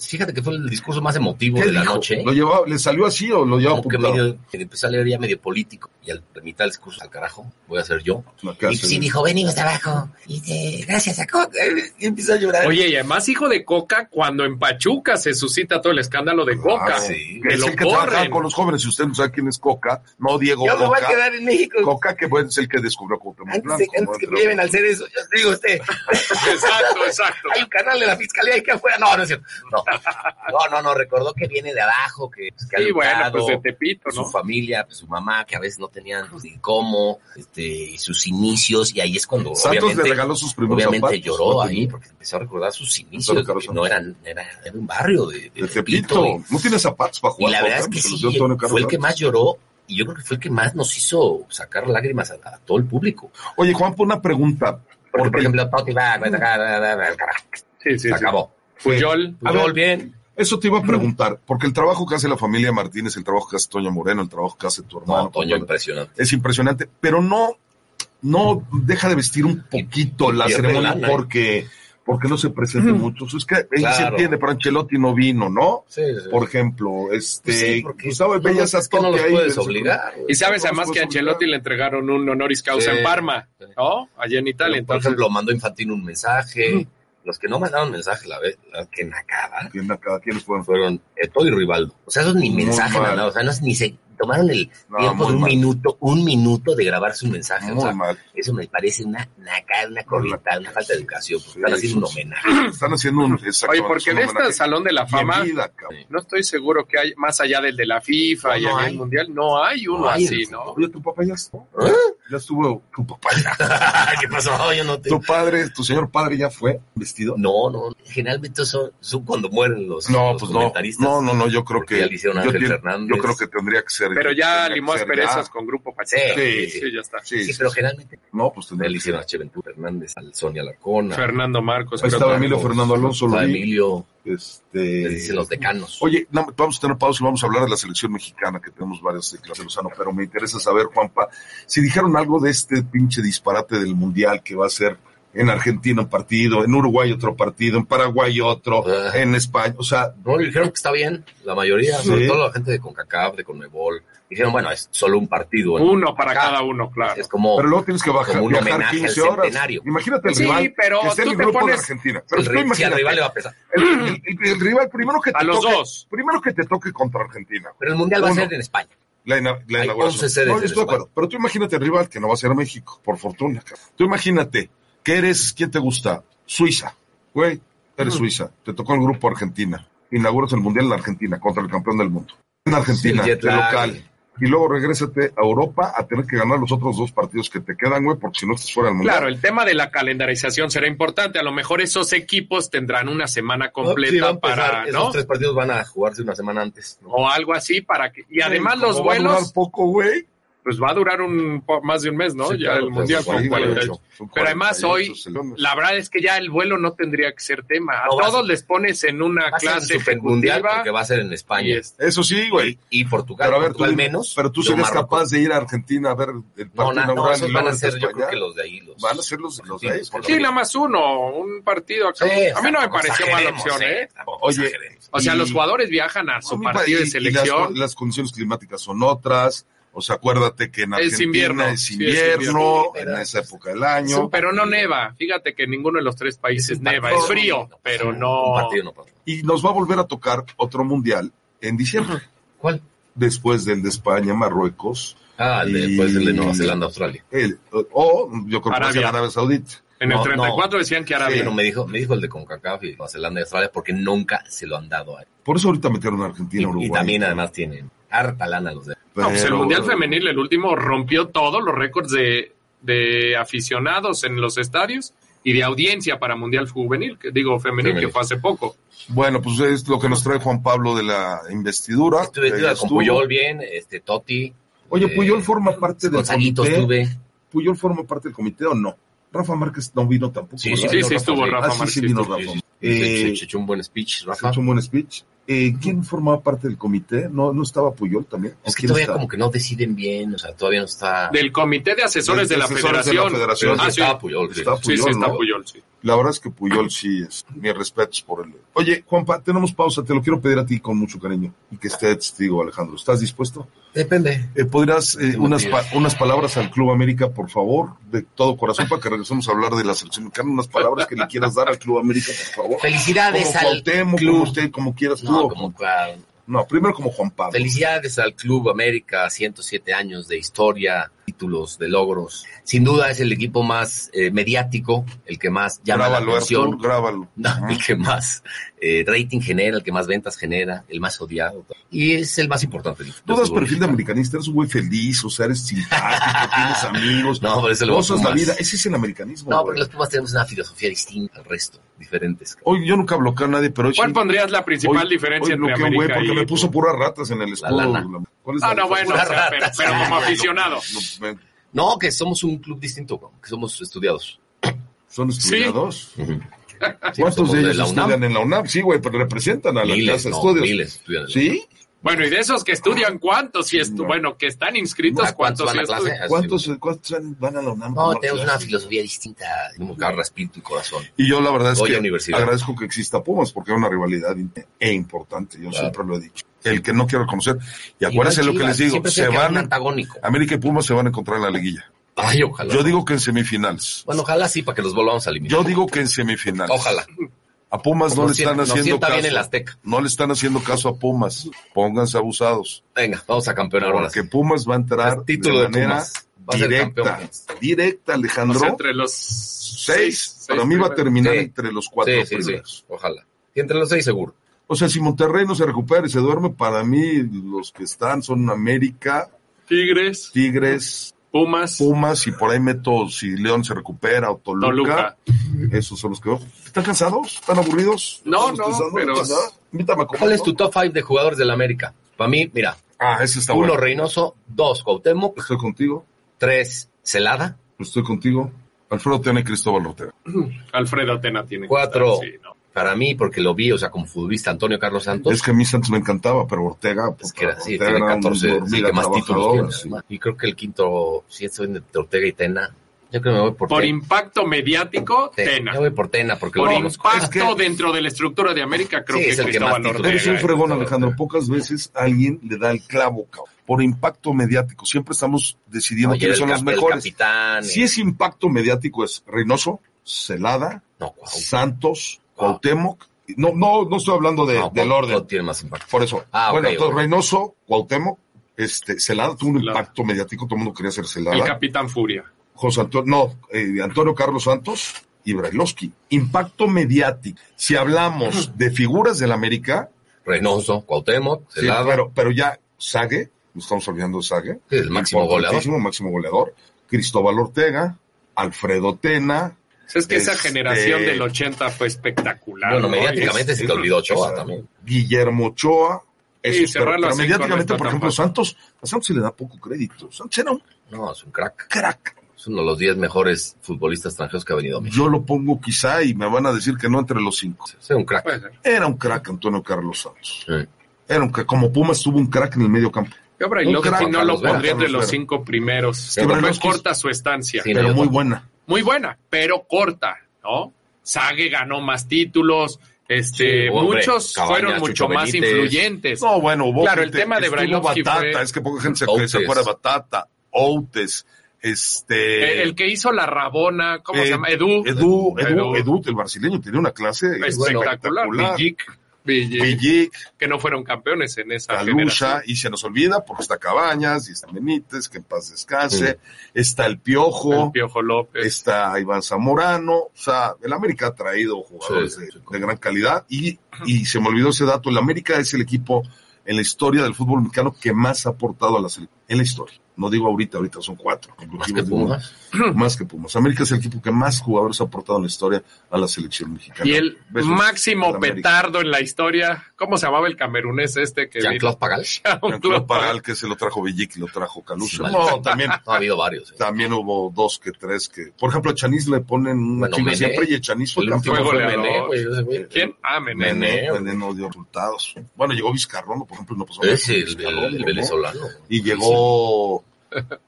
Speaker 5: Fíjate que fue el discurso más emotivo
Speaker 2: ¿Qué
Speaker 5: de la
Speaker 2: dijo?
Speaker 5: noche.
Speaker 2: ¿Lo llevaba, ¿Le salió así o lo llevaba
Speaker 5: Como que
Speaker 2: apuntado?
Speaker 5: medio, que empezó a leer ya medio político. Y al mitad del discurso, al carajo, voy a ser yo.
Speaker 2: No, ¿qué
Speaker 5: Y
Speaker 2: hace?
Speaker 5: sí dijo, venimos de abajo. Y dice, gracias a Coca. Y empezó a llorar.
Speaker 3: Oye, y además hijo de Coca, cuando en Pachuca se suscita todo el escándalo de Coca.
Speaker 2: Ah,
Speaker 5: sí.
Speaker 3: Que
Speaker 2: es
Speaker 3: lo
Speaker 2: el que trabajaba
Speaker 3: corren.
Speaker 2: con los jóvenes, si usted no sabe quién es Coca, no Diego
Speaker 5: yo me voy a
Speaker 2: Coca.
Speaker 5: quedar en México.
Speaker 2: Coca, que bueno, es el que descubrió Cuauhtémoc
Speaker 5: antes
Speaker 2: Blanco,
Speaker 5: de, antes
Speaker 2: ¿no?
Speaker 5: que me
Speaker 2: Pero-
Speaker 5: lleven al hacer eso, yo digo usted,
Speaker 3: Exacto, exacto.
Speaker 5: hay un canal de la fiscalía ahí que afuera. No, no es cierto. No, no, no, no, recordó que viene de abajo, que, que ha
Speaker 3: Y bueno, pues
Speaker 5: luchado.
Speaker 3: de Tepito,
Speaker 5: su
Speaker 3: ¿no?
Speaker 5: familia, pues, su mamá, que a veces no tenían pues, ni cómo, este, y sus inicios, y ahí es cuando
Speaker 2: Santos le
Speaker 5: obviamente,
Speaker 2: regaló sus primeros
Speaker 5: obviamente
Speaker 2: zapatos.
Speaker 5: lloró
Speaker 2: ¿no?
Speaker 5: ahí, porque empezó a recordar sus inicios,
Speaker 2: Antonio Carlos
Speaker 5: que no eran, era, era un barrio de, de
Speaker 2: De
Speaker 5: Tepito,
Speaker 2: Tepito, no tiene zapatos para
Speaker 5: Eh, y, y
Speaker 2: jugar.
Speaker 5: la verdad es
Speaker 2: Cuauhtémoc,
Speaker 5: que
Speaker 2: se los
Speaker 5: sí,
Speaker 2: dio Antonio Carlos
Speaker 5: fue el que
Speaker 2: Blanco.
Speaker 5: más lloró, y yo creo que fue el que más nos hizo sacar lágrimas a, a todo el público.
Speaker 2: Oye, Juanpa, una pregunta.
Speaker 5: Porque, Mm. por
Speaker 2: Porque
Speaker 5: ejemplo, Totti va, va, va, va, va, va, carajo,
Speaker 3: Sí, sí,
Speaker 5: se
Speaker 3: sí.
Speaker 5: acabó.
Speaker 3: Puyol,
Speaker 2: A ver,
Speaker 5: Puyol, bien.
Speaker 2: eso te iba a preguntar, porque el trabajo que hace la familia Martínez, el trabajo que hace Toño Moreno, el trabajo que hace tu hermano,
Speaker 5: No, Toño,
Speaker 2: Juanpa,
Speaker 5: impresionante.
Speaker 2: es impresionante, pero no, no deja de vestir un poquito
Speaker 5: Y- y
Speaker 2: la
Speaker 5: pierde
Speaker 2: ceremonia
Speaker 5: lana, ¿eh?
Speaker 2: porque, porque no se presenta mucho. O sea, Es que él se
Speaker 5: Claro.
Speaker 2: entiende, pero Ancelotti no vino, ¿no?
Speaker 5: Sí, sí.
Speaker 2: Por ejemplo, este,
Speaker 5: Pues Sí, porque
Speaker 2: Gustavo
Speaker 5: no,
Speaker 2: Bellas
Speaker 5: es que no los
Speaker 2: Atoque ahí,
Speaker 5: puedes
Speaker 2: pero-
Speaker 5: obligar. güey.
Speaker 3: Y sabes
Speaker 2: ¿Cómo
Speaker 3: además
Speaker 2: se
Speaker 3: que
Speaker 2: puede
Speaker 3: a Ancelotti
Speaker 2: obligar?
Speaker 3: le entregaron un honoris causa
Speaker 5: Sí.
Speaker 3: en Parma,
Speaker 5: Sí.
Speaker 3: ¿no? Allá en Italia.
Speaker 5: Por
Speaker 3: Entonces,
Speaker 5: ejemplo, mandó Infantino un mensaje. Los que no mandaron mensaje la vez, la que nacada,
Speaker 2: Entiende a cada quien le pueden-
Speaker 5: fueron Eto y Rivaldo. O sea, esos ni
Speaker 2: Muy
Speaker 5: mensaje
Speaker 2: mal.
Speaker 5: mandaron, o sea, no, es- ni se tomaron el
Speaker 2: No,
Speaker 5: tiempo
Speaker 2: muy
Speaker 5: de un
Speaker 2: mal.
Speaker 5: minuto, un minuto de grabar su mensaje. O
Speaker 2: Muy
Speaker 5: sea,
Speaker 2: mal.
Speaker 5: eso me parece una nacada, una corrientada, una falta de educación. porque están
Speaker 2: Sí,
Speaker 5: haciendo
Speaker 2: sí,
Speaker 5: un homenaje.
Speaker 2: Están haciendo un. exactamente,
Speaker 3: oye, porque
Speaker 2: un
Speaker 3: de este
Speaker 2: homenaje.
Speaker 3: Salón de la Fama,
Speaker 2: Y en vida, cabrón.
Speaker 3: no estoy seguro que hay, más allá del de la FIFA
Speaker 5: No,
Speaker 3: y
Speaker 5: no
Speaker 3: a nivel
Speaker 5: hay.
Speaker 3: mundial, no hay uno
Speaker 5: No hay
Speaker 3: así,
Speaker 5: en-
Speaker 3: ¿no?
Speaker 2: Oye, tu papá ya estuvo.
Speaker 5: ¿Eh?
Speaker 2: Ya estuvo tu papá ya.
Speaker 5: ¿Qué pasó? Yo no te...
Speaker 2: Tu padre, tu señor padre ya fue vestido.
Speaker 5: No, no, generalmente son, son cuando mueren los,
Speaker 2: No,
Speaker 5: los
Speaker 2: pues no.
Speaker 5: comentaristas.
Speaker 2: No, no, no, yo creo
Speaker 5: Porque
Speaker 2: que.
Speaker 5: ya le hicieron a
Speaker 2: yo,
Speaker 5: Ángel
Speaker 2: tien-
Speaker 5: Fernández.
Speaker 2: yo creo que tendría que ser.
Speaker 3: Pero ya
Speaker 2: tendría
Speaker 3: limó
Speaker 2: que ser
Speaker 3: asperezas
Speaker 2: ya.
Speaker 3: con Grupo Pachuca.
Speaker 5: ah. Sí,
Speaker 3: sí, ya está.
Speaker 2: Sí,
Speaker 5: Sí,
Speaker 2: sí,
Speaker 5: pero
Speaker 2: sí.
Speaker 5: generalmente
Speaker 2: No, pues tendría
Speaker 5: le
Speaker 2: que ser.
Speaker 5: hicieron a Cheventú Fernández, al Sonia Larcona.
Speaker 3: Fernando
Speaker 5: Pues
Speaker 3: Marcos.
Speaker 2: Ahí
Speaker 3: creo
Speaker 2: estaba
Speaker 3: que-
Speaker 2: Emilio Fernando Alonso. lo
Speaker 5: a
Speaker 2: vi,
Speaker 5: Emilio, les
Speaker 2: Este.
Speaker 5: dicen los decanos.
Speaker 2: Oye, no, vamos a tener pausa y vamos a hablar de la selección mexicana, que tenemos varias de clase Lozano, pero me interesa saber, Juanpa, si dijeron algo de este pinche disparate del Mundial que va a ser en Argentina un partido, en Uruguay otro partido, en Paraguay otro,
Speaker 5: Ah.
Speaker 2: en España, o sea,
Speaker 5: No, dijeron que está bien, la mayoría,
Speaker 2: Sí.
Speaker 5: sobre todo la gente de CONCACAF, de CONMEBOL, dijeron, bueno, es solo un partido. ¿no?
Speaker 3: Uno para cada uno, claro.
Speaker 5: Es como
Speaker 2: pero luego tienes que bajar,
Speaker 5: como un
Speaker 2: viajar
Speaker 5: homenaje al
Speaker 2: 15 horas.
Speaker 5: centenario.
Speaker 2: Imagínate el
Speaker 3: Sí,
Speaker 2: rival
Speaker 3: pero
Speaker 2: que esté en
Speaker 3: tú
Speaker 2: el
Speaker 3: te
Speaker 2: grupo de
Speaker 3: pones
Speaker 2: Argentina. Pero
Speaker 5: el,
Speaker 2: tú
Speaker 5: ri- si al
Speaker 2: imagínate,
Speaker 5: rival le va a pesar.
Speaker 2: el, el- el- el rival primero que te
Speaker 3: A los
Speaker 2: toque,
Speaker 3: dos.
Speaker 2: primero que te toque contra Argentina.
Speaker 5: Pero el mundial va a
Speaker 2: Uno.
Speaker 5: ser en España.
Speaker 2: La, ina- la
Speaker 5: Hay
Speaker 2: inauguración.
Speaker 5: 11 sedes
Speaker 2: No, yo
Speaker 5: en
Speaker 2: estoy de
Speaker 5: España.
Speaker 2: acuerdo. Pero tú imagínate el rival que no va a ser México, por fortuna. cabrón. Tú imagínate que eres, ¿quién te gusta? Suiza. Güey, eres Suiza. Te tocó el grupo Argentina. Inauguras el mundial en Argentina contra el campeón del mundo. En Argentina,
Speaker 5: Sí, el jet
Speaker 2: de
Speaker 5: lag.
Speaker 2: local. Y luego regrésate a Europa a tener que ganar los otros dos partidos que te quedan, güey, porque si no estás fuera del mundial.
Speaker 3: Claro, el tema de la calendarización será importante. A lo mejor esos equipos tendrán una semana
Speaker 5: Sí, va a
Speaker 3: completa
Speaker 5: empezar.
Speaker 3: para,
Speaker 5: Esos
Speaker 3: ¿no?
Speaker 5: tres partidos van a jugarse una semana antes. ¿no?
Speaker 3: O algo así para que. Y además
Speaker 2: Como
Speaker 3: los
Speaker 2: va a durar
Speaker 3: vuelos,
Speaker 2: poco, güey.
Speaker 3: pues va a durar un po- más de un mes, ¿no?
Speaker 5: Sí,
Speaker 3: ya
Speaker 5: claro,
Speaker 3: el
Speaker 5: pues,
Speaker 3: mundial
Speaker 5: igual,
Speaker 3: con
Speaker 5: igual,
Speaker 3: 48.
Speaker 5: ocho.
Speaker 3: Pero además hoy, La verdad es que ya el vuelo no tendría que ser tema. A
Speaker 5: No, va a
Speaker 3: todos les pones en una
Speaker 5: Va a ser
Speaker 3: clase
Speaker 5: un supermundial
Speaker 3: ejecutiva
Speaker 5: porque va a ser en
Speaker 3: y
Speaker 5: España.
Speaker 3: es-
Speaker 2: Eso sí, güey.
Speaker 5: Y Portugal,
Speaker 2: Pero a ver, tú,
Speaker 5: Portugal menos.
Speaker 2: pero tú
Speaker 5: y
Speaker 2: serías
Speaker 5: Marruecos.
Speaker 2: capaz de ir a Argentina a ver el
Speaker 5: No,
Speaker 2: partido
Speaker 5: na- no,
Speaker 2: inaugural y
Speaker 5: esos
Speaker 2: luego
Speaker 5: van a
Speaker 2: irte
Speaker 5: ser, yo creo
Speaker 2: España.
Speaker 5: que los de ahí. Los,
Speaker 2: Van a ser los, los de ahí, por
Speaker 5: Sí,
Speaker 3: Sí,
Speaker 2: favor.
Speaker 3: nada más uno, un partido acá.
Speaker 5: Sí,
Speaker 3: a mí no me
Speaker 5: tampoco
Speaker 3: pareció mala
Speaker 5: exageremos,
Speaker 3: opción, ¿eh?
Speaker 5: Tampoco
Speaker 2: Oye,
Speaker 5: exageremos.
Speaker 3: O sea,
Speaker 2: Y-
Speaker 3: los jugadores viajan a su
Speaker 2: Y-
Speaker 3: partido
Speaker 2: y-
Speaker 3: de
Speaker 2: y las
Speaker 3: selección.
Speaker 2: con- las, condiciones climáticas son otras. O sea, acuérdate que en
Speaker 3: Es
Speaker 2: Argentina
Speaker 3: invierno,
Speaker 2: es
Speaker 3: sí, es
Speaker 2: invierno,
Speaker 5: invierno.
Speaker 2: en esa época del
Speaker 3: Sí,
Speaker 2: año.
Speaker 3: pero no neva. Fíjate que en ninguno de los tres países
Speaker 5: un
Speaker 3: neva.
Speaker 5: partido,
Speaker 3: Es frío,
Speaker 5: no,
Speaker 3: pero
Speaker 5: Un
Speaker 3: no.
Speaker 5: partido no pasa.
Speaker 2: Y nos va a volver a tocar otro mundial en diciembre,
Speaker 5: ¿Cuál?
Speaker 2: después del de España, Marruecos,
Speaker 5: Ah, el de,
Speaker 2: Y-
Speaker 5: pues el de Nueva Zelanda, Australia.
Speaker 2: el, o, o, yo creo que va a ser
Speaker 3: Arabia.
Speaker 2: Arabia Saudita.
Speaker 3: En el
Speaker 5: No,
Speaker 3: 34 decían que
Speaker 5: Sí,
Speaker 3: Arabia.
Speaker 5: no, me dijo, me dijo el de CONCACAF y Nueva Zelanda y Australia porque nunca se lo han dado a él.
Speaker 2: Por eso ahorita metieron a
Speaker 5: Y,
Speaker 2: Argentina,
Speaker 5: y
Speaker 2: Uruguay.
Speaker 5: también además tienen harta lana los de
Speaker 3: No, pues el
Speaker 2: Pero-
Speaker 3: Mundial Femenil, el último, rompió todos los récords de, de aficionados en los estadios y de audiencia para Mundial Juvenil, que digo femenil,
Speaker 5: Femenil.
Speaker 3: que fue hace poco.
Speaker 2: Bueno, pues es lo que nos trae Juan Pablo de la investidura.
Speaker 5: Estuve, estuve
Speaker 2: Eh,
Speaker 5: con
Speaker 2: estuvo-
Speaker 5: Puyol bien, este Totti.
Speaker 2: Oye,
Speaker 5: eh,
Speaker 2: Puyol forma parte
Speaker 5: con
Speaker 2: del
Speaker 5: Saguito
Speaker 2: comité.
Speaker 5: estuve.
Speaker 2: ¿Puyol forma parte del comité o no? Rafa Márquez no vino tampoco.
Speaker 5: Sí,
Speaker 2: ¿verdad?
Speaker 3: Sí, sí,
Speaker 5: Rafa,
Speaker 3: estuvo
Speaker 5: sí.
Speaker 3: Rafa
Speaker 2: Ah, sí, sí,
Speaker 3: Marquito.
Speaker 2: vino
Speaker 5: Sí,
Speaker 2: Rafa.
Speaker 5: sí, sí.
Speaker 2: Eh,
Speaker 5: Se- se echó un buen speech,
Speaker 2: Se
Speaker 5: Rafa.
Speaker 2: echó un buen speech. Eh, ¿Quién formaba parte del comité? ¿No, no estaba Puyol también?
Speaker 5: Es que
Speaker 2: ¿Quién
Speaker 5: todavía
Speaker 2: estaba?
Speaker 5: como que no deciden bien, o sea, todavía no está...
Speaker 3: Del Comité de Asesores,
Speaker 2: De-
Speaker 3: de,
Speaker 2: de
Speaker 3: la,
Speaker 2: asesores de la
Speaker 3: Federación.
Speaker 2: Federación.
Speaker 5: Pero sí
Speaker 3: Ah, sí.
Speaker 5: estaba Puyol. sí.
Speaker 2: Estaba
Speaker 3: Sí,
Speaker 2: Puyol,
Speaker 3: sí, está
Speaker 2: ¿no?
Speaker 3: Puyol, sí.
Speaker 2: La verdad es que Puyol sí es. Mis respetos por él. Oye, Juanpa, tenemos pausa. Te lo quiero pedir a ti con mucho cariño y que esté testigo, Alejandro. ¿Estás dispuesto?
Speaker 5: Depende.
Speaker 2: Eh, ¿Podrías eh,
Speaker 5: Tengo
Speaker 2: unas,
Speaker 5: que ir.
Speaker 2: pa- unas palabras al Club América, por favor? De todo corazón, para que regresemos a hablar de la selección mexicana. Unas palabras que le quieras dar al Club América, por favor. Como
Speaker 5: Felicidades al
Speaker 2: Cuauhtémoc, como
Speaker 5: club.
Speaker 2: usted, como quieras tú.
Speaker 5: No,
Speaker 2: No,
Speaker 5: como a-
Speaker 2: primero como Juan Pablo.
Speaker 5: Felicidades al Club América, 107 años de historia, títulos, de logros. Sin duda es el equipo más eh, mediático, el que más llama
Speaker 2: grábalo,
Speaker 5: la atención.
Speaker 2: Artur, grábalo.
Speaker 5: No, el que más eh, rating genera, el que más ventas genera, el más odiado. Y es el más importante. del- del
Speaker 2: Tú das
Speaker 5: fútbol
Speaker 2: perfil de
Speaker 5: mexicano.
Speaker 2: americanista, eres un güey feliz, o sea, eres simpático, tienes amigos,
Speaker 5: No, pero es el
Speaker 2: gozas la
Speaker 5: Pumas.
Speaker 2: vida. Ese es el americanismo,
Speaker 5: No,
Speaker 2: güey.
Speaker 5: porque los Pumas tenemos una filosofía distinta al resto, diferentes.
Speaker 2: Hoy yo nunca bloqueo a nadie, pero hoy
Speaker 3: ¿Cuál
Speaker 2: sí-
Speaker 3: pondrías la principal
Speaker 2: hoy-
Speaker 3: diferencia
Speaker 2: hoy
Speaker 3: entre
Speaker 2: bloqueo a un güey
Speaker 3: América
Speaker 2: porque
Speaker 3: y
Speaker 2: me puso puras ratas en el escudo.
Speaker 5: lana.
Speaker 2: ¿Cuál es
Speaker 3: Ah,
Speaker 2: la
Speaker 3: no, bueno, o
Speaker 2: diferencia?
Speaker 3: sea, pero, pero como
Speaker 2: Güey, no,
Speaker 3: aficionado.
Speaker 2: no, eh, me-
Speaker 5: No, que somos un club distinto, güey, que somos estudiados.
Speaker 2: Son estudiados.
Speaker 3: pues,
Speaker 5: Sí,
Speaker 2: ¿Cuántos
Speaker 5: somos
Speaker 2: de
Speaker 5: de
Speaker 2: ellos
Speaker 5: la UNAM?
Speaker 2: estudian en la UNAM? Sí, güey, pero representan a la
Speaker 5: Miles,
Speaker 2: clase de
Speaker 5: no,
Speaker 2: estudios.
Speaker 5: miles estudian.
Speaker 2: ¿Sí?
Speaker 3: Bueno, y de esos que estudian, ¿cuántos? Y
Speaker 2: No.
Speaker 3: Bueno, que están inscritos,
Speaker 5: ¿A
Speaker 3: ¿cuántos?
Speaker 5: cuántos van
Speaker 3: sí
Speaker 5: a clase?
Speaker 3: estudian?
Speaker 5: Así,
Speaker 2: ¿Cuántos, ¿Cuántos van a la UNAM?
Speaker 5: No, tenemos una filosofía distinta. Tenemos que agarrar espíritu y corazón.
Speaker 2: Y yo la verdad es
Speaker 5: Oye,
Speaker 2: que
Speaker 5: universidad.
Speaker 2: agradezco que exista Pumas porque es una rivalidad in- e importante. Yo
Speaker 5: Claro.
Speaker 2: siempre lo he dicho. El que no quiero reconocer. Y acuérdense lo que les digo.
Speaker 5: Siempre
Speaker 2: Se
Speaker 5: tiene que haber un
Speaker 2: van,
Speaker 5: antagónico.
Speaker 2: América y Pumas se van a encontrar en la liguilla.
Speaker 5: Ay, ojalá.
Speaker 2: Yo digo que en semifinales.
Speaker 5: Bueno, ojalá sí, para que los volvamos a eliminar.
Speaker 2: Yo digo que en semifinales.
Speaker 5: Ojalá.
Speaker 2: A Pumas no
Speaker 5: Nos
Speaker 2: le
Speaker 5: sienta-
Speaker 2: están
Speaker 5: nos
Speaker 2: haciendo
Speaker 5: sienta bien el
Speaker 2: caso.
Speaker 5: Azteca.
Speaker 2: No le están haciendo caso a Pumas. Pónganse abusados.
Speaker 5: Venga, vamos a campeonar ahora.
Speaker 2: Porque Pumas va a entrar
Speaker 5: El título
Speaker 2: de
Speaker 5: de
Speaker 2: manera
Speaker 5: Pumas. Va a ser campeón
Speaker 2: directa.
Speaker 5: Pumas.
Speaker 2: Directa,
Speaker 3: O sea,
Speaker 2: Alejandro.
Speaker 3: entre los seis.
Speaker 2: Seis.
Speaker 3: seis
Speaker 2: Para mí va a
Speaker 3: primeros.
Speaker 2: terminar
Speaker 5: Sí.
Speaker 2: entre los cuatro
Speaker 5: sí, sí,
Speaker 2: primeros.
Speaker 5: sí. Ojalá. Y entre los seis seguro.
Speaker 2: O sea, si Monterrey no se recupera y se duerme, para mí los que están son América,
Speaker 3: Tigres,
Speaker 2: Tigres,
Speaker 3: Pumas,
Speaker 2: Pumas y por ahí meto si León se recupera o Toluca.
Speaker 3: Toluca.
Speaker 2: Esos son los que veo. ¿Están cansados? ¿Están aburridos?
Speaker 3: No,
Speaker 2: ¿Están
Speaker 3: no,
Speaker 2: estresados?
Speaker 3: pero-
Speaker 2: ¿Están cansados? Invítame a comer,
Speaker 5: ¿Cuál es
Speaker 2: ¿no?
Speaker 5: tu top 5 de jugadores del América? Para mí, mira,
Speaker 2: Ah, ese está
Speaker 5: uno
Speaker 2: bueno.
Speaker 5: Reynoso, dos Cuauhtémoc,
Speaker 2: Estoy contigo,
Speaker 5: tres Celada,
Speaker 2: pues, estoy contigo. Alfredo Tena y Cristóbal Ortega.
Speaker 3: Alfredo Tena tiene. que
Speaker 5: Cuatro.
Speaker 3: estar, sí, no.
Speaker 5: para mí, porque lo vi, o sea, como futbolista Antonio Carlos Santos.
Speaker 2: Es que a mí Santos me encantaba, pero Ortega...
Speaker 5: Es que era, sí,
Speaker 2: Ortega
Speaker 5: tiene
Speaker 2: era un
Speaker 5: 14, es el
Speaker 2: hormiga
Speaker 5: que más títulos
Speaker 2: trabajadora,
Speaker 5: tiene.
Speaker 2: sí.
Speaker 5: además. Y creo que el quinto, si es entre Ortega y Tena, Yo creo que me voy por,
Speaker 3: Por
Speaker 5: Tena.
Speaker 3: impacto mediático,
Speaker 5: Te-
Speaker 3: Tena.
Speaker 5: Yo voy por Tena porque
Speaker 3: Por
Speaker 5: lo conozco.
Speaker 3: impacto
Speaker 2: Es que-
Speaker 3: dentro de la estructura de América, creo
Speaker 5: Sí,
Speaker 3: que
Speaker 5: es el que
Speaker 3: Cristóbal
Speaker 5: más títulos
Speaker 3: Ortega.
Speaker 2: Eres un
Speaker 5: eh,
Speaker 2: fregón,
Speaker 5: todo,
Speaker 2: Alejandro.
Speaker 5: eh.
Speaker 2: Pocas veces alguien le da el clavo, cabrón. Por impacto mediático. Siempre estamos decidiendo
Speaker 5: Oye,
Speaker 2: quiénes
Speaker 5: el
Speaker 2: son los
Speaker 5: cap- el
Speaker 2: mejores.
Speaker 5: capitán.
Speaker 2: Si
Speaker 5: eh.
Speaker 2: ese impacto mediático es Reynoso, Celada,
Speaker 5: No, Cuau.
Speaker 2: Santos,
Speaker 5: Wow.
Speaker 2: Cuauhtémoc. No, no, no estoy hablando de-
Speaker 5: No,
Speaker 2: del
Speaker 5: Cuau-
Speaker 2: orden.
Speaker 5: Cuau tiene más impacto.
Speaker 2: Por eso.
Speaker 5: Ah, ok,
Speaker 2: bueno, entonces
Speaker 5: ok.
Speaker 2: Reynoso, Cuauhtémoc, este, Celada tuvo un
Speaker 3: Celada.
Speaker 2: impacto mediático, todo el mundo quería ser
Speaker 3: El
Speaker 2: Celada.
Speaker 3: Capitán Furia.
Speaker 2: José Antonio, no, eh, Antonio Carlos Santos y Brailovsky. Impacto mediático. Si hablamos de figuras del América,
Speaker 5: Reynoso, Cuauhtémoc,
Speaker 2: sí,
Speaker 5: Celada,
Speaker 2: pero, pero ya Sague, nos estamos olvidando de Sague,
Speaker 5: el máximo goleador.
Speaker 2: importantísimo, máximo goleador, Cristóbal Ortega, Alfredo Tena,
Speaker 3: O sea, es que esa
Speaker 2: Este-
Speaker 3: generación del 80 fue espectacular.
Speaker 5: Bueno,
Speaker 3: ¿no?
Speaker 5: mediáticamente
Speaker 2: es-
Speaker 5: se te olvidó
Speaker 2: es-
Speaker 5: Ochoa
Speaker 2: es-
Speaker 5: también.
Speaker 2: Guillermo Ochoa.
Speaker 3: Sí,
Speaker 2: esos, pero-
Speaker 3: cerrarlo
Speaker 2: pero
Speaker 3: así
Speaker 2: mediáticamente,
Speaker 3: con
Speaker 2: por
Speaker 3: esta
Speaker 2: ejemplo,
Speaker 3: trampa.
Speaker 2: Santos, a Santos se le da poco crédito. Santos era un
Speaker 5: No, es un crack.
Speaker 2: crack.
Speaker 5: Es uno de los 10 mejores futbolistas extranjeros que ha venido a México.
Speaker 2: Yo lo pongo quizá y me van a decir que no entre los cinco.
Speaker 5: Es un crack.
Speaker 3: Puede ser.
Speaker 2: Era un crack Antonio Carlos Santos.
Speaker 5: Sí.
Speaker 2: Era un crack. Como Pumas tuvo un crack en el medio campo.
Speaker 3: Yo
Speaker 2: Un
Speaker 3: Brailovsky
Speaker 2: crack,
Speaker 3: no lo
Speaker 5: Carlos Vela,
Speaker 3: pondría entre
Speaker 2: Carlos
Speaker 3: los
Speaker 2: Vela.
Speaker 3: cinco primeros.
Speaker 2: que
Speaker 3: Fue
Speaker 2: Brailovsky es-
Speaker 3: corta su estancia.
Speaker 5: Sí, no,
Speaker 2: pero
Speaker 5: yo
Speaker 2: muy
Speaker 5: tampoco.
Speaker 2: buena.
Speaker 3: Muy buena, pero corta, ¿no? Sage ganó más títulos. Este,
Speaker 5: Sí, hombre,
Speaker 3: muchos
Speaker 5: Cabañas,
Speaker 3: fueron
Speaker 5: Chucho
Speaker 3: mucho más
Speaker 5: Benítez.
Speaker 3: influyentes.
Speaker 2: No, bueno, hubo
Speaker 3: Claro, el
Speaker 2: gente-
Speaker 3: tema de
Speaker 2: estuvo
Speaker 3: Brailovsky
Speaker 2: Batata,
Speaker 3: fue-
Speaker 2: es que poca gente se-
Speaker 5: Outes.
Speaker 2: se acuerda de Batata, Outes, este...
Speaker 3: Eh, el que hizo la Rabona, ¿cómo
Speaker 2: eh,
Speaker 3: se llama? Edu.
Speaker 2: Edu, Edu,
Speaker 3: Edu.
Speaker 2: Edu, el brasileño, tenía una clase
Speaker 3: Espectacular.
Speaker 2: Villic,
Speaker 3: Villic,
Speaker 2: Villic,
Speaker 3: que no fueron campeones en esa generación.
Speaker 2: Calusa, y se nos olvida porque está Cabañas, y está Benítez, que en paz descanse, está el Piojo,
Speaker 3: El Piojo López.
Speaker 2: está Iván Zamorano, o sea, el América ha traído jugadores
Speaker 5: Sí,
Speaker 2: de,
Speaker 5: sí,
Speaker 2: de gran calidad y, y se me olvidó ese dato, el América es el equipo en la historia del fútbol mexicano que más ha aportado a la selección, en la historia. No digo ahorita, ahorita son cuatro.
Speaker 5: Más
Speaker 2: Inclusive
Speaker 5: que
Speaker 2: digo,
Speaker 5: Pumas.
Speaker 2: Más que Pumas. América es el equipo que más jugadores ha aportado en la historia a la selección mexicana.
Speaker 3: y el
Speaker 2: Besos a la
Speaker 3: máximo
Speaker 2: América.
Speaker 3: petardo en la historia, ¿cómo se llamaba el camerunés este que vino?
Speaker 5: Jean-Claude Pagal.
Speaker 2: Jean-Claude Pagal, que se lo trajo Villic y lo trajo
Speaker 5: Sí,
Speaker 2: Calusa.
Speaker 5: maldito.
Speaker 2: no, también,
Speaker 5: No, ha habido varios. eh.
Speaker 2: también hubo dos que tres que... Por ejemplo, a Chanis le ponen una
Speaker 5: Bueno,
Speaker 2: chinga
Speaker 5: Mené.
Speaker 2: siempre y a Chanis fue
Speaker 5: El último
Speaker 2: campeón.
Speaker 3: fue
Speaker 5: fue
Speaker 3: goleador.
Speaker 5: Mené, güey, ese güey.
Speaker 3: ¿Quién? Ah, Mené.
Speaker 5: Mené,
Speaker 2: Mené,
Speaker 5: güey.
Speaker 2: Mené no dio resultados. Bueno, llegó Vizcarrondo, por ejemplo, y no pasó nada.
Speaker 5: Es el,
Speaker 2: Vizcarrondo,
Speaker 5: el- el
Speaker 2: ¿no?
Speaker 5: venezolano.
Speaker 2: Y llegó,